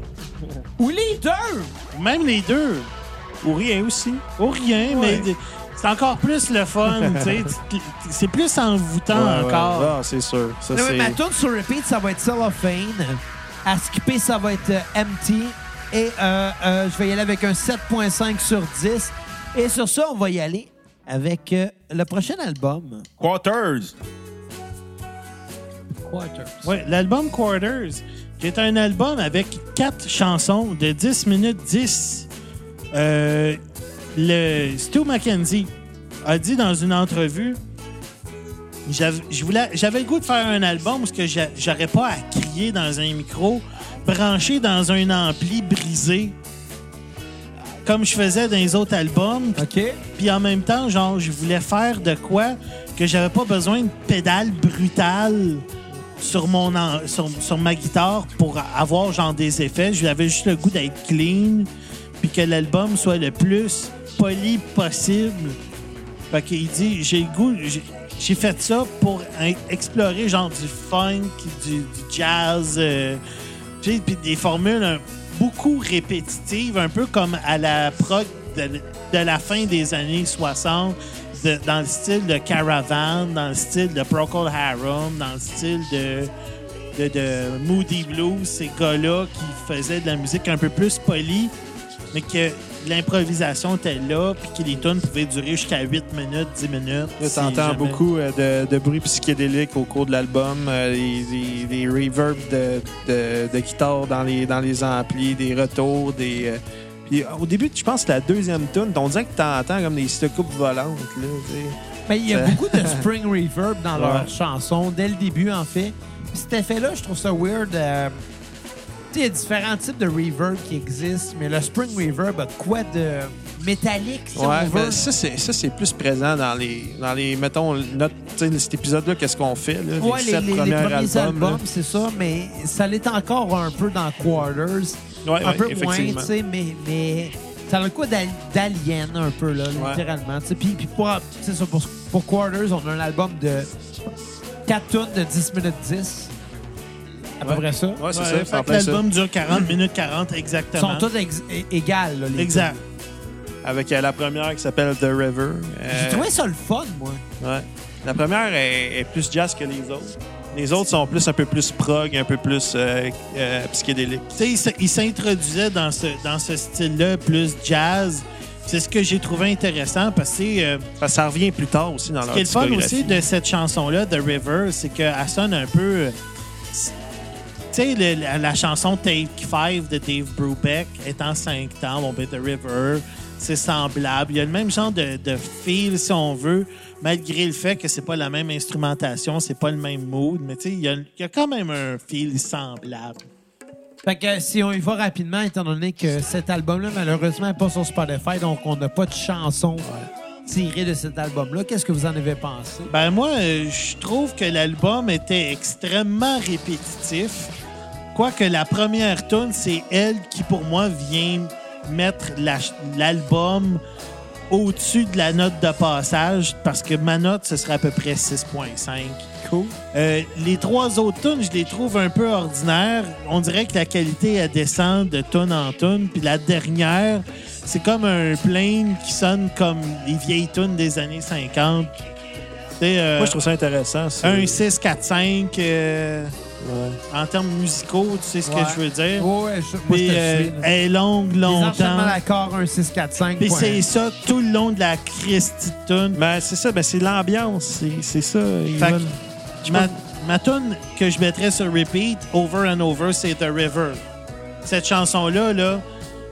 Speaker 2: Ou les deux!
Speaker 4: Même les deux.
Speaker 5: Ou rien aussi.
Speaker 4: Ou rien,
Speaker 5: Ouais.
Speaker 4: mais c'est encore plus le fun. tu sais. Tu- tu- c'est plus envoûtant
Speaker 5: Ouais, ouais.
Speaker 4: encore.
Speaker 5: Ah, c'est sûr. Ça,
Speaker 2: Non, mais
Speaker 5: c'est...
Speaker 2: ma tune sur repeat, ça va être Cellophane. À skipper, ça va être euh, Empty. Et euh, euh, je vais y aller avec un 7.5 sur 10. Et sur ça, on va y aller avec euh, le prochain album,
Speaker 3: Quarters.
Speaker 2: Quarters.
Speaker 4: Ouais, l'album Quarters, qui est un album avec quatre chansons de 10 minutes 10. Euh, le Stu McKenzie a dit dans une entrevue j'av- je voulais- j'avais le goût de faire un album parce que j'a- j'aurais pas à crier dans un micro, branché dans un ampli brisé, comme je faisais dans les autres albums,
Speaker 2: OK.
Speaker 4: puis en même temps, genre, je voulais faire de quoi que j'avais pas besoin de pédale brutale sur mon en- sur, sur ma guitare pour avoir genre des effets. J'avais juste le goût d'être clean, puis que l'album soit le plus poli possible. Fait qu'il dit, j'ai le goût, j'ai- j'ai fait ça pour hein, explorer genre du funk, du, du jazz, euh, tu sais, puis des formules hein, beaucoup répétitives, un peu comme à la prog de, de la fin des années 60, de- dans le style de Caravan, dans le style de Procol Harum, dans le style de, de, de Moody Blues, ces gars-là qui faisaient de la musique un peu plus polie, mais que l'improvisation était là, puis que les tunes pouvaient durer jusqu'à 8 minutes, 10 minutes.
Speaker 5: Là,
Speaker 4: si
Speaker 5: T'entends
Speaker 4: jamais.
Speaker 5: beaucoup euh, de, de bruit psychédélique au cours de l'album, euh, des, des, des reverbs de, de, de guitare dans les, dans les amplis, des retours, des. euh, puis, euh, au début, je pense que la deuxième tune, on dirait que t'entends comme des coupes volantes. Là, tu sais.
Speaker 2: Mais Ben, il y a
Speaker 5: Ça-
Speaker 2: beaucoup de spring reverb dans
Speaker 5: Euh, Ouais.
Speaker 2: leurs chansons, dès le début, en fait. Puis cet effet-là, je trouve ça weird. euh, Tu sais, il y a différents types de reverb qui existent, mais le spring reverb a de quoi de métallique, si
Speaker 5: Ouais,
Speaker 2: on veut.
Speaker 5: mais ça, c'est ça, c'est plus présent dans les, dans les mettons, notre, tu sais, cet épisode-là, qu'est-ce qu'on fait? Là,
Speaker 2: Ouais,
Speaker 5: les
Speaker 2: les,
Speaker 5: sept
Speaker 2: les- les
Speaker 5: premiers
Speaker 2: premiers
Speaker 5: albums. là.
Speaker 2: albums, c'est ça, mais ça l'est encore un peu dans Quarters.
Speaker 5: Ouais,
Speaker 2: un
Speaker 5: ouais,
Speaker 2: peu moins, tu
Speaker 5: effectivement.
Speaker 2: sais, mais, mais ça a le coup d'al- d'Alien un peu, là, littéralement. tu sais. Puis, puis pour, c'est ça, pour, pour Quarters, on a un album de 4 tonnes de 10 minutes 10. À peu près ça.
Speaker 5: Ouais, c'est
Speaker 4: Ouais,
Speaker 5: ça,
Speaker 4: fait
Speaker 5: c'est en
Speaker 4: que
Speaker 5: plein ça.
Speaker 4: l'album dure 40 minutes 40
Speaker 2: Ils
Speaker 4: exactement.
Speaker 2: sont tous ex- é- égales, là, les
Speaker 4: Exact.
Speaker 2: tunes.
Speaker 5: Avec euh, la première qui s'appelle The River.
Speaker 2: J'ai
Speaker 5: euh,
Speaker 2: trouvé ça le fun, moi.
Speaker 5: Ouais. La première est, est plus jazz que les autres. Les autres sont plus un peu plus prog, un peu plus euh, euh, psychédélique.
Speaker 4: Tu sais, il s- il s'introduisait dans ce, dans ce style-là, plus jazz. C'est ce que j'ai trouvé intéressant parce que euh,
Speaker 5: Parce que ça revient plus tard aussi dans
Speaker 4: ce
Speaker 5: leur
Speaker 4: qui est le fun
Speaker 5: discographie.
Speaker 4: aussi de cette chanson-là, The River, c'est qu'elle sonne un peu. euh, s- Tu sais, le- la, la chanson Take 5 de Dave Brubeck est en 5 temps, bon, ben, The River, c'est semblable. Il y a le même genre de, de feel, si on veut, malgré le fait que c'est pas la même instrumentation, c'est pas le même mood, mais tu sais, il y a, il y a quand même un feel semblable.
Speaker 2: Fait que si on y va rapidement, étant donné que cet album-là, malheureusement, n'est pas sur Spotify, donc on n'a pas de chanson tirée de cet album-là. Qu'est-ce que vous en avez pensé?
Speaker 4: Ben moi, euh, je trouve que l'album était extrêmement répétitif. Quoique la première tune, c'est elle qui, pour moi, vient mettre la ch- l'album au-dessus de la note de passage, parce que ma note, ce serait à peu près 6.5.
Speaker 2: Cool.
Speaker 4: Euh, les trois autres tunes, je les trouve un peu ordinaires. On dirait que la qualité, elle descend de tune en tune. Puis la dernière, c'est comme un plane qui sonne comme les vieilles tunes des années 50. Tu sais, euh,
Speaker 5: Moi, je trouve ça intéressant. c'est-
Speaker 4: un 6, 4, 5, euh,
Speaker 5: euh, Ouais.
Speaker 4: en termes musicaux, tu sais ce
Speaker 2: Ouais.
Speaker 4: que je veux dire.
Speaker 2: Ouais, je, moi,
Speaker 4: Puis
Speaker 2: je te
Speaker 4: euh,
Speaker 2: suis. là.
Speaker 4: elle est longue,
Speaker 2: Les enchaînements
Speaker 4: longtemps.
Speaker 2: d'accords 1, 6, 4, 5.
Speaker 4: Puis
Speaker 2: point.
Speaker 4: c'est ça tout le long de la Christie de tune.
Speaker 5: Ben, c'est ça, ben, c'est l'ambiance. C'est- C'est ça. ils
Speaker 4: Fait que
Speaker 5: veulent-
Speaker 4: ma, ma tune que je mettrais sur repeat, over and over, c'est The River. Cette chanson-là, là,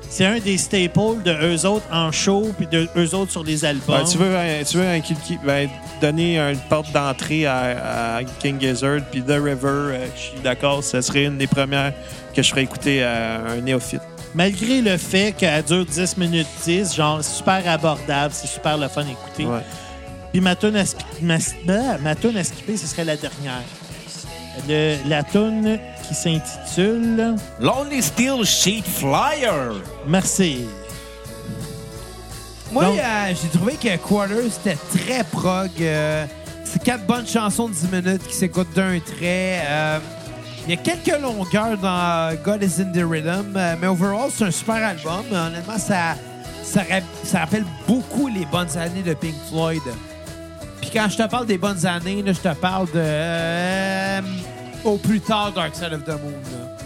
Speaker 4: c'est un des staples de eux autres en show puis de eux autres sur les albums.
Speaker 5: Ben, tu veux, un- tu veux un kill- kill- ben, donner une porte d'entrée à, à King Gizzard puis The River, euh, je suis d'accord, ce serait une des premières que je ferais écouter à un néophyte.
Speaker 4: Malgré le fait qu'elle dure 10 minutes 10, genre c'est super abordable, c'est super le fun à écouter.
Speaker 5: Ouais.
Speaker 4: Puis ma tune à, spi- ma, ah, ma toune à skipper, ce serait la dernière. Le- la tune qui s'intitule
Speaker 3: Lonely Steel Sheet Flyer.
Speaker 4: Merci.
Speaker 2: Moi,
Speaker 4: Donc-
Speaker 2: euh, j'ai trouvé que Quarter, c'était très prog. euh, c'est quatre bonnes chansons de 10 minutes qui s'écoutent d'un trait. euh, Il y a quelques longueurs dans euh, God is in the Rhythm, euh, mais overall, c'est un super album. Euh, Honnêtement, ça, ça, ra- ça rappelle beaucoup les bonnes années de Pink Floyd. Puis quand je te parle des bonnes années, là, je te parle de. euh, au plus tard, Dark Side of the Moon. là.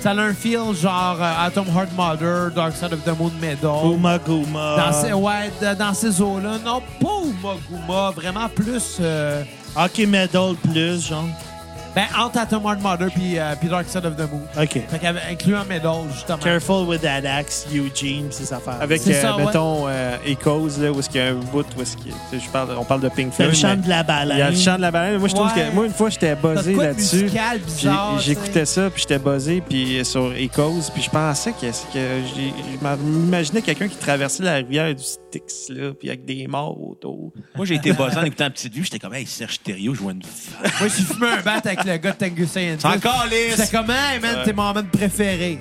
Speaker 2: Ça a un feel genre euh, Atom Heart Mother, Dark Side of the Moon Metal.
Speaker 4: Goma Goma.
Speaker 2: Dans ces, ouais, de- dans ces eaux-là. Non, pas Uma Guma, vraiment plus. euh,
Speaker 4: Hockey Medal plus, genre.
Speaker 2: ben, entre Atom Heart Mother puis, euh, puis Dark Side of the Moon.
Speaker 4: OK.
Speaker 2: Fait qu'avec- incluant Meadow, justement.
Speaker 4: Careful with that axe, Eugene, c'est sa affaire.
Speaker 5: Avec,
Speaker 2: C'est
Speaker 5: euh,
Speaker 2: ça, ouais.
Speaker 5: mettons, euh, Echoes, là, où est-ce qu'il y a un bout, où est-ce qu'il y a- tu sais, je parle, on parle de Pink
Speaker 4: C'est
Speaker 5: Floyd.
Speaker 4: le chant
Speaker 5: mais
Speaker 4: de la
Speaker 5: Il y a
Speaker 4: baleine.
Speaker 5: le chant de la baleine. Moi, je trouve
Speaker 2: Ouais.
Speaker 5: que, moi, une fois, j'étais
Speaker 2: T'as de
Speaker 5: buzzé
Speaker 2: quoi de
Speaker 5: là-dessus.
Speaker 2: musical
Speaker 5: J'ai-
Speaker 2: bizarre.
Speaker 5: J'écoutais ça, puis j'étais buzzé, puis sur Echoes, puis je pensais que, que j'ai- je m'imaginais quelqu'un qui traversait la rivière du Styx, là, puis avec des morts autour.
Speaker 3: Moi, j'ai été buzzant en écoutant Petite Vue. J'étais comme, hey, Serge Thériault, je vois une femme.
Speaker 2: t'sais. Moi, j'ai fumé un bat avec le gars de Tango Scientist.
Speaker 3: C'est encore
Speaker 2: J'étais
Speaker 3: lisse.
Speaker 2: comme, hey man, t'es mon man préféré.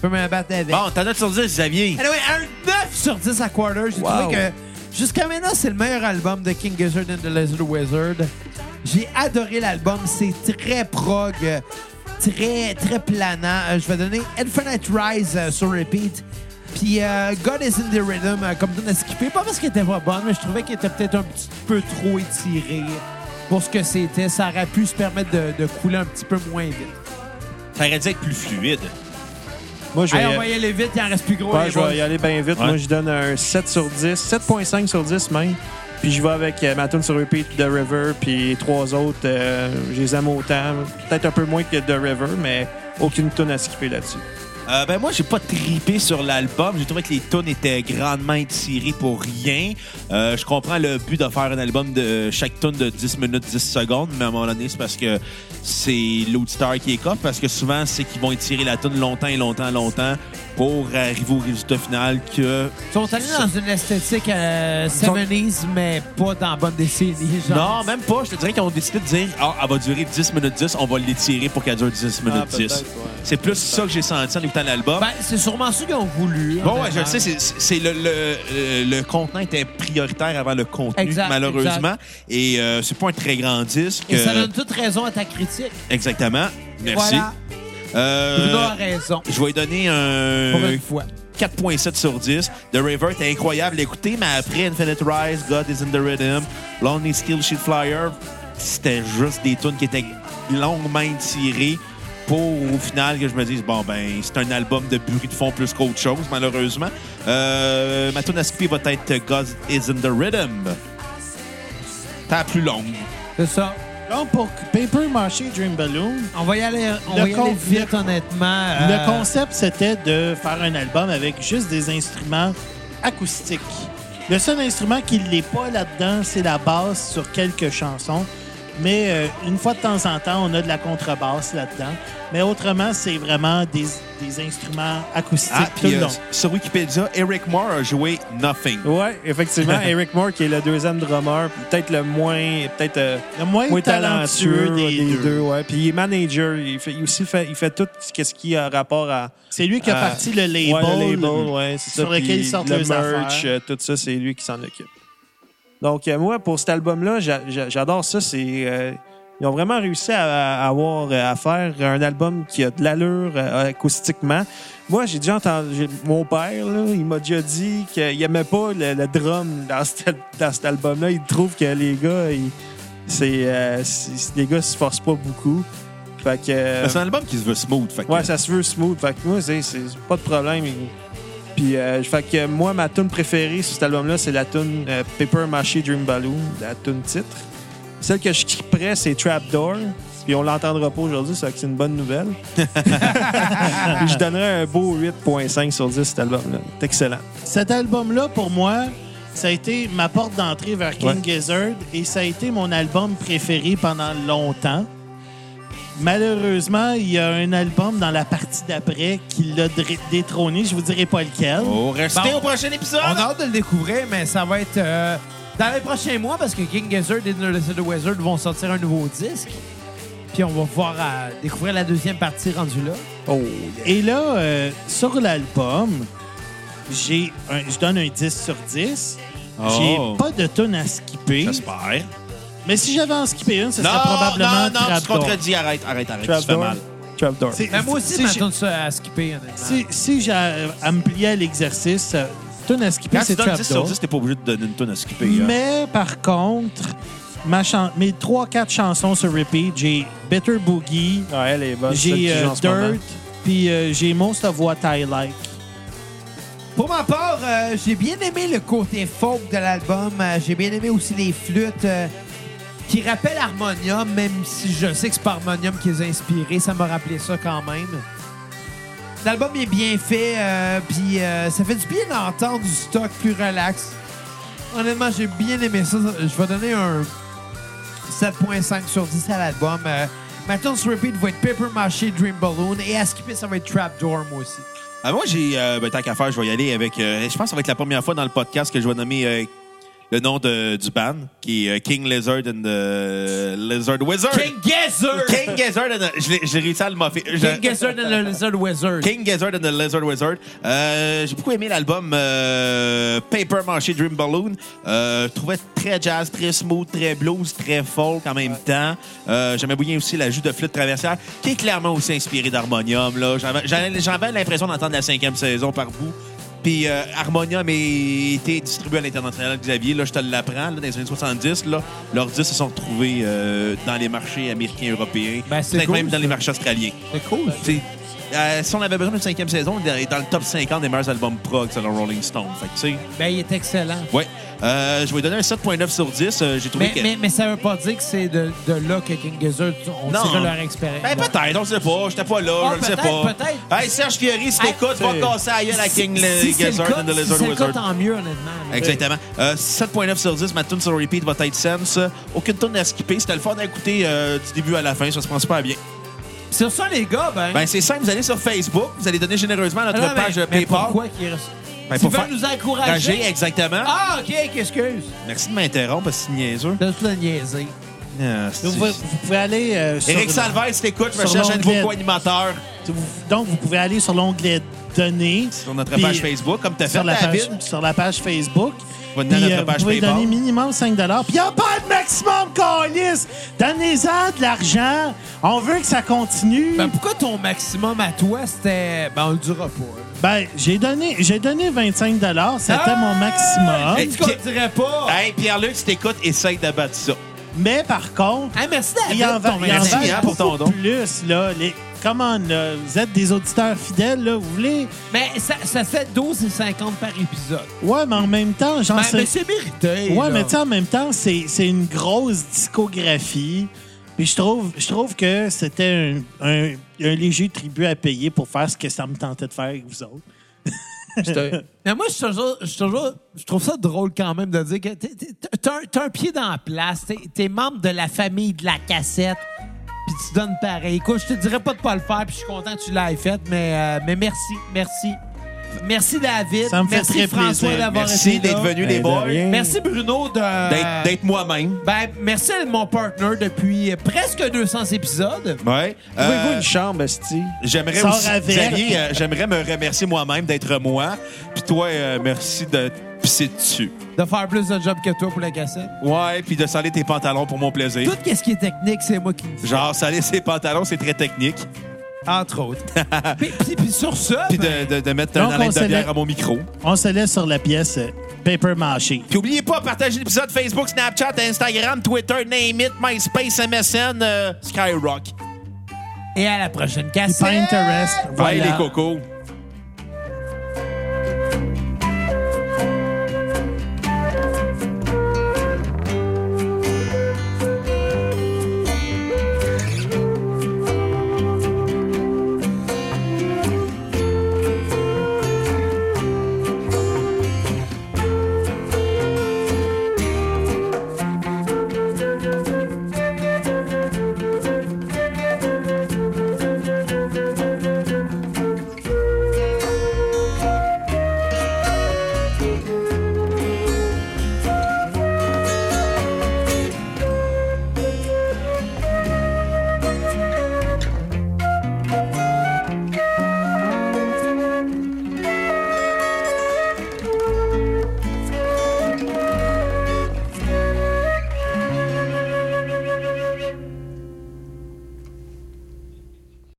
Speaker 2: Fume un bat avec.
Speaker 3: Bon, t'en as sur 10, Xavier.
Speaker 2: Anyway, un 9 sur 10 à Quarter. J'ai
Speaker 3: Wow.
Speaker 2: trouvé que jusqu'à maintenant, c'est le meilleur album de King Gizzard and the Lizard Wizard. J'ai adoré l'album. C'est très prog, euh, très, très planant. Euh, Je vais donner Infinite Rise euh, sur repeat. Puis euh, God is in the Rhythm, euh, comme on a skippé. Pas parce qu'elle était pas bonne, mais je trouvais qu'elle était peut-être un petit peu trop étirée pour ce que c'était. Ça aurait pu se permettre de, de couler un petit peu moins vite.
Speaker 3: Ça aurait dû être plus fluide.
Speaker 5: Moi, je vais,
Speaker 2: Hey, on va y aller vite, il en reste plus gros.
Speaker 5: ouais,
Speaker 2: les
Speaker 5: je vais
Speaker 2: boys.
Speaker 5: y aller bien vite.
Speaker 3: Ouais.
Speaker 5: Moi, je donne un 7 sur 10, 7.5 sur 10 même. Puis je vais avec euh, ma tune sur repeat, The River, puis trois autres. euh, je les aime autant. Peut-être un peu moins que The River, mais aucune tune à skipper là-dessus.
Speaker 3: Euh, ben moi, j'ai pas tripé sur l'album. J'ai trouvé que les tunes étaient grandement étirées pour rien. Euh, je comprends le but de faire un album de euh, chaque tune de 10 minutes 10 secondes, mais à un moment donné, c'est parce que c'est l'auditeur qui est cop, parce que souvent, c'est qu'ils vont étirer la tune longtemps et longtemps, longtemps pour arriver au résultat final que
Speaker 2: Ils sont allés dans une esthétique euh,
Speaker 3: sont-
Speaker 2: 70s, mais pas dans la bonne décennie. genre.
Speaker 3: Non, même pas. Je te dirais qu'ils ont décidé de dire Ah, elle va durer 10 minutes 10, on va l'étirer pour qu'elle dure 10 minutes 10. C'est plus ça que j'ai senti en écoutant l'album.
Speaker 2: Ben, c'est sûrement ceux qui ont voulu. hein,
Speaker 3: bon, ouais, je
Speaker 2: honnêtement.
Speaker 3: le sais, c'est- c'est c'est le, le, euh, le contenant était prioritaire avant le contenu,
Speaker 2: Exact,
Speaker 3: malheureusement. Et euh, c'est pas un très grand disque.
Speaker 2: Et ça
Speaker 3: euh,
Speaker 2: donne toute raison à ta critique.
Speaker 3: Exactement. Merci.
Speaker 2: Voilà.
Speaker 3: Euh,
Speaker 2: Bruno a raison.
Speaker 3: je vais lui donner un
Speaker 2: Pour une fois.
Speaker 3: 4.7 sur 10. The River était incroyable à écouter, mais après Infinite Rise, God is in the Rhythm, Lonely Steel Sheet Flyer, c'était juste des tunes qui étaient longuement tirées pour au final que je me dise bon ben c'est un album de bruit de fond plus qu'autre chose malheureusement. Euh, ma tune à skipper va être God is in the Rhythm. T'as plus longue.
Speaker 2: C'est ça.
Speaker 4: Donc, pour Paper Marché Dream Balloon,
Speaker 2: On va y aller,
Speaker 4: Le
Speaker 2: on va y aller
Speaker 4: con-
Speaker 2: vite,
Speaker 4: le-
Speaker 2: honnêtement.
Speaker 4: le
Speaker 2: Euh,
Speaker 4: concept, c'était de faire un album avec juste des instruments acoustiques. Le seul instrument qui ne l'est pas là-dedans, c'est la basse sur quelques chansons. Mais euh, une fois de temps en temps, on a de la contrebasse là-dedans. Mais autrement, c'est vraiment des, des instruments acoustiques
Speaker 3: Ah,
Speaker 4: tout
Speaker 3: puis
Speaker 4: le
Speaker 3: euh,
Speaker 4: long.
Speaker 3: sur Wikipédia, Eric Moore a joué Nothing.
Speaker 5: Ouais, effectivement, Eric Moore, qui est le deuxième drummer, puis peut-être le moins, peut-être euh,
Speaker 4: Le moins,
Speaker 5: moins
Speaker 4: talentueux, des, deux.
Speaker 5: ouais. Puis il est manager, il fait il aussi fait, il fait tout ce ce qui a rapport à
Speaker 4: C'est lui qui a
Speaker 5: Ah.
Speaker 4: parti le label. euh,
Speaker 5: ouais, le label, ouais, c'est
Speaker 4: sur
Speaker 5: ça,
Speaker 4: lequel
Speaker 5: puis
Speaker 4: ils sortent
Speaker 5: le
Speaker 4: leurs
Speaker 5: merch,
Speaker 4: affaires.
Speaker 5: euh, tout ça, c'est lui qui s'en occupe. Donc euh, moi, pour cet album-là, j'a- j'a- j'adore ça. C'est euh, ils ont vraiment réussi à, à avoir euh, à faire un album qui a de l'allure euh, acoustiquement. Moi, j'ai déjà entendu j'ai- mon père, là, il m'a déjà dit qu'il aimait pas le, le drum dans cet, dans cet album-là. Il trouve que les gars, ils- c'est euh, c'est- les gars se forcent pas beaucoup. Fait que euh,
Speaker 3: Ben, C'est un album qui se veut smooth. Fait que-
Speaker 5: Ouais, ça se veut smooth. Fait que moi, c'est c'est pas de problème. Puis, euh, fait que moi, ma tune préférée sur cet album-là, c'est la tune euh, Paper Mâché Dream Balloon, la tune titre. Celle que je kipperais, c'est Trapdoor. Puis on l'entendra pas aujourd'hui, ça fait que c'est une bonne nouvelle. Puis je donnerais un beau 8.5 sur 10 cet album-là. C'est excellent.
Speaker 4: Cet album-là, pour moi, ça a été ma porte d'entrée vers King
Speaker 5: Ouais.
Speaker 4: Gizzard et ça a été mon album préféré pendant longtemps. Malheureusement, il y a un album dans la partie d'après qui l'a dr- détrôné. Je vous dirai pas lequel.
Speaker 3: Oh, restez
Speaker 2: Bon.
Speaker 3: au prochain épisode!
Speaker 2: On a hâte de le découvrir, mais ça va être euh, dans les prochains mois parce que King Gizzard et The Wizard vont sortir un nouveau disque. Puis on va pouvoir euh, découvrir la deuxième partie rendue là.
Speaker 5: Oh,
Speaker 4: Et là, euh, sur l'album, j'ai un- je donne un 10 sur 10.
Speaker 3: Oh.
Speaker 4: J'ai pas de tune à skipper.
Speaker 3: J'espère.
Speaker 4: Mais si j'avais en skipper une, ce
Speaker 3: Non,
Speaker 4: serait probablement
Speaker 3: non, non, tu te
Speaker 4: Trapdoor.
Speaker 3: contredis. Arrête, arrête, arrête. Tu fais
Speaker 5: Trapdoor.
Speaker 3: mal.
Speaker 5: Trapdoor.
Speaker 4: C'est-
Speaker 2: Mais moi
Speaker 4: si
Speaker 2: aussi, je
Speaker 4: j'ai-
Speaker 2: m'attends ça à skipper, honnêtement.
Speaker 4: Si, si j'ai à à me plier à l'exercice, euh, tune à skipper,
Speaker 3: Quand tu
Speaker 4: c'est
Speaker 3: donnes 10 sur
Speaker 4: Trapdoor.
Speaker 3: 10, t'es pas obligé de donner une tonne à skipper. hein.
Speaker 4: Mais par contre, ma chan- mes 3-4 chansons sur repeat, j'ai Better Boogie,
Speaker 5: Ouais, Ah, elle
Speaker 3: Ah,
Speaker 5: est bonne. celle qui
Speaker 4: j'ai
Speaker 5: joue
Speaker 4: euh,
Speaker 5: en ce moment.
Speaker 4: Dirt, puis euh, j'ai Most of What I Like.
Speaker 2: Pour ma part, euh, j'ai bien aimé le côté folk de l'album. Euh, j'ai bien aimé aussi les flûtes euh, qui rappellent Harmonium, même si je sais que c'est pas Harmonium qui les a inspirés. Ça m'a rappelé ça quand même. L'album est bien fait, euh, puis euh, ça fait du bien d'entendre du stock plus relax. Honnêtement, j'ai bien aimé ça. Je vais donner un 7.5 sur 10 à l'album. Euh, ma tune sur repeat va être Paper Mâché, Dream Balloon, et à skipper, ça va être Trapdoor, moi aussi.
Speaker 3: Ah, moi, j'ai. euh, ben, tant qu'à faire, je vais y aller avec. euh, je pense que ça va être la première fois dans le podcast que je vais nommer euh, le nom de- du band, qui est euh, King Lizard and the Lizard Wizard.
Speaker 2: King Gizzard!
Speaker 3: King Gizzard and the. je l'ai- J'ai réussi à le moffer. Je-
Speaker 2: King Gizzard and the Lizard Wizard.
Speaker 3: King Gizzard and the Lizard Wizard. Euh, j'ai beaucoup aimé l'album euh, Paper Mâché Dream Balloon. Euh, je trouvais très jazz, très smooth, très blues, très folk en même temps. Euh, J'aimais bien aussi la joue de flûte traversière, qui est clairement aussi inspirée d'Harmonium. là. J'avais- J'avais j'avais l'impression d'entendre la cinquième saison par bout. Puis euh, Harmonium a été distribué à l'international, Xavier. Là, je te l'apprends. Là, dans les années 70, là, leurs disques se sont retrouvés euh, dans les marchés américains, européens,
Speaker 2: Ben, c'est
Speaker 3: peut-être
Speaker 2: cool,
Speaker 3: même dans
Speaker 2: ça.
Speaker 3: les marchés australiens.
Speaker 2: C'est cool.
Speaker 3: C'est- euh, si on avait besoin d'une cinquième saison, on est dans le top 50 des meilleurs albums prog selon Rolling Stone. Fait que, tu sais,
Speaker 2: Ben, il est excellent.
Speaker 3: ouais. Euh, je vais donner un 7.9 sur 10. Euh, J'ai trouvé
Speaker 2: Mais,
Speaker 3: que.
Speaker 2: mais, mais ça veut pas dire que c'est de, de là que King Gizzard ont
Speaker 3: Non.
Speaker 2: tiré leur expérience.
Speaker 3: Ben, peut-être, on sait pas. J'étais pas là,
Speaker 2: Ah,
Speaker 3: je le sais
Speaker 2: peut-être,
Speaker 3: pas.
Speaker 2: peut-être.
Speaker 3: Hey, Serge Fiori, si t'écoutes,
Speaker 2: Hey,
Speaker 3: va casser la gueule à King
Speaker 2: Si- si c'est le
Speaker 3: Gizzard
Speaker 2: cas,
Speaker 3: and the
Speaker 2: si
Speaker 3: Lizard
Speaker 2: c'est le cas,
Speaker 3: Wizard.
Speaker 2: tant mieux, honnêtement. là.
Speaker 3: Exactement. Euh, 7.9 sur 10, ma tune sur repeat va être Sense. Aucune tune à skipper. C'était le fun à écouter euh, du début à la fin. Ça se prend super bien.
Speaker 2: Sur ça, les gars, ben...
Speaker 3: Ben, c'est simple. Vous allez sur Facebook. Vous allez donner généreusement à
Speaker 2: Ah,
Speaker 3: notre
Speaker 2: non, mais-
Speaker 3: page
Speaker 2: mais,
Speaker 3: PayPal.
Speaker 2: pourquoi qu'ils restent-
Speaker 3: Ben,
Speaker 2: S'ils
Speaker 3: pour
Speaker 2: veulent
Speaker 3: faire-
Speaker 2: nous encourager...
Speaker 3: exactement.
Speaker 2: Ah, OK, excuse.
Speaker 3: Merci de m'interrompre, parce que c'est niaiseux.
Speaker 2: De se le niaiser.
Speaker 3: Ah,
Speaker 4: Donc, vous, vous pouvez aller euh, sur...
Speaker 3: Eric Salvaire, si t'écoutes, je
Speaker 4: sur
Speaker 3: cherche un nouveau
Speaker 4: l'onglet.
Speaker 3: co-animateur
Speaker 4: vous- donc, vous pouvez aller sur l'onglet Données.
Speaker 3: sur notre
Speaker 4: puis-
Speaker 3: page Facebook, comme t'as fait,
Speaker 4: sur la, page,
Speaker 3: David.
Speaker 4: sur la page Facebook.
Speaker 3: Va donner à
Speaker 4: Puis, euh,
Speaker 3: notre page
Speaker 4: vous pouvez
Speaker 3: PayPal.
Speaker 4: donner minimum 5 Puis il n'y a pas de maximum, Calis! Donnez-en de l'argent. On veut que ça continue.
Speaker 2: Ben,
Speaker 4: Ben,
Speaker 2: pourquoi ton maximum à toi, c'était... Ben, on le dira pas. là.
Speaker 4: Ben, j'ai donné, j'ai donné 25 C'était
Speaker 2: Ah!
Speaker 4: mon maximum.
Speaker 2: J'ai dit qu'on le dirait pas.
Speaker 3: Hey, Pierre-Luc, si t'écoutes, essaye d'abattre ça.
Speaker 4: Mais par contre,
Speaker 2: Hey, merci
Speaker 4: il en
Speaker 2: d'avoir
Speaker 4: va,
Speaker 2: Ah, ton
Speaker 4: il en
Speaker 2: maximum.
Speaker 3: merci,
Speaker 4: va
Speaker 3: hein, pour ton
Speaker 4: beaucoup
Speaker 3: don.
Speaker 4: plus. Là, les, comment vous êtes des auditeurs fidèles, là, vous voulez?
Speaker 2: Mais ça, ça fait 12 et 50 par épisode.
Speaker 4: Ouais, mais en même temps, j'en
Speaker 2: Ben,
Speaker 4: sais...
Speaker 2: mais c'est mérité.
Speaker 4: Ah, Ouais,
Speaker 2: là.
Speaker 4: mais tu sais, en même temps, c'est c'est une grosse discographie. Puis je trouve, je trouve que c'était un, un- un léger tribut à payer pour faire ce que ça me tentait de faire avec vous autres.
Speaker 5: C'était-
Speaker 2: Mais moi, je, suis toujours, je suis toujours- je trouve ça drôle quand même de dire que t'es- t'es- t'as un, t'as un pied dans la place, t'es- t'es membre de la famille de la cassette, puis tu donnes pareil. Écoute, je te dirais pas de pas le faire, puis je suis content que tu l'aies fait, mais, euh, mais merci, merci. Merci David,
Speaker 4: Ça me fait
Speaker 2: merci
Speaker 4: très
Speaker 2: François
Speaker 4: plaisir.
Speaker 2: d'avoir
Speaker 3: Merci
Speaker 2: été là.
Speaker 3: d'être venu, les
Speaker 5: de
Speaker 3: boys.
Speaker 5: rien.
Speaker 2: Merci Bruno de... Euh,
Speaker 3: D'être d'être moi-même.
Speaker 2: Ben, merci à mon partner depuis presque 200 épisodes.
Speaker 3: Ouais. Euh,
Speaker 5: Trouvez-vous une chambre, Esti.
Speaker 3: J'aimerais
Speaker 4: Sors
Speaker 3: aussi,
Speaker 4: avec.
Speaker 3: Xavier, euh, j'aimerais me remercier moi-même d'être moi. Puis toi, euh, merci de pisser dessus.
Speaker 2: De faire plus de job que toi pour la cassette.
Speaker 3: Ouais, puis de saler tes pantalons pour mon plaisir.
Speaker 2: Tout ce qui est technique, c'est moi qui le fais.
Speaker 3: Genre, saler ses pantalons, c'est très technique.
Speaker 2: Entre autres. puis, puis- puis sur ce,
Speaker 3: Puis de, de- de mettre
Speaker 4: Donc,
Speaker 3: un haleine
Speaker 4: on
Speaker 3: de bière
Speaker 4: s'élève.
Speaker 3: à mon micro.
Speaker 4: On se laisse sur la pièce euh, Paper Mâché.
Speaker 3: Puis oubliez pas, partagez l'épisode Facebook, Snapchat, Instagram, Twitter, Name It, MySpace, MSN, euh, Skyrock.
Speaker 2: et à la prochaine cassette.
Speaker 4: Pinterest.
Speaker 3: Bye
Speaker 4: voilà.
Speaker 3: les cocos.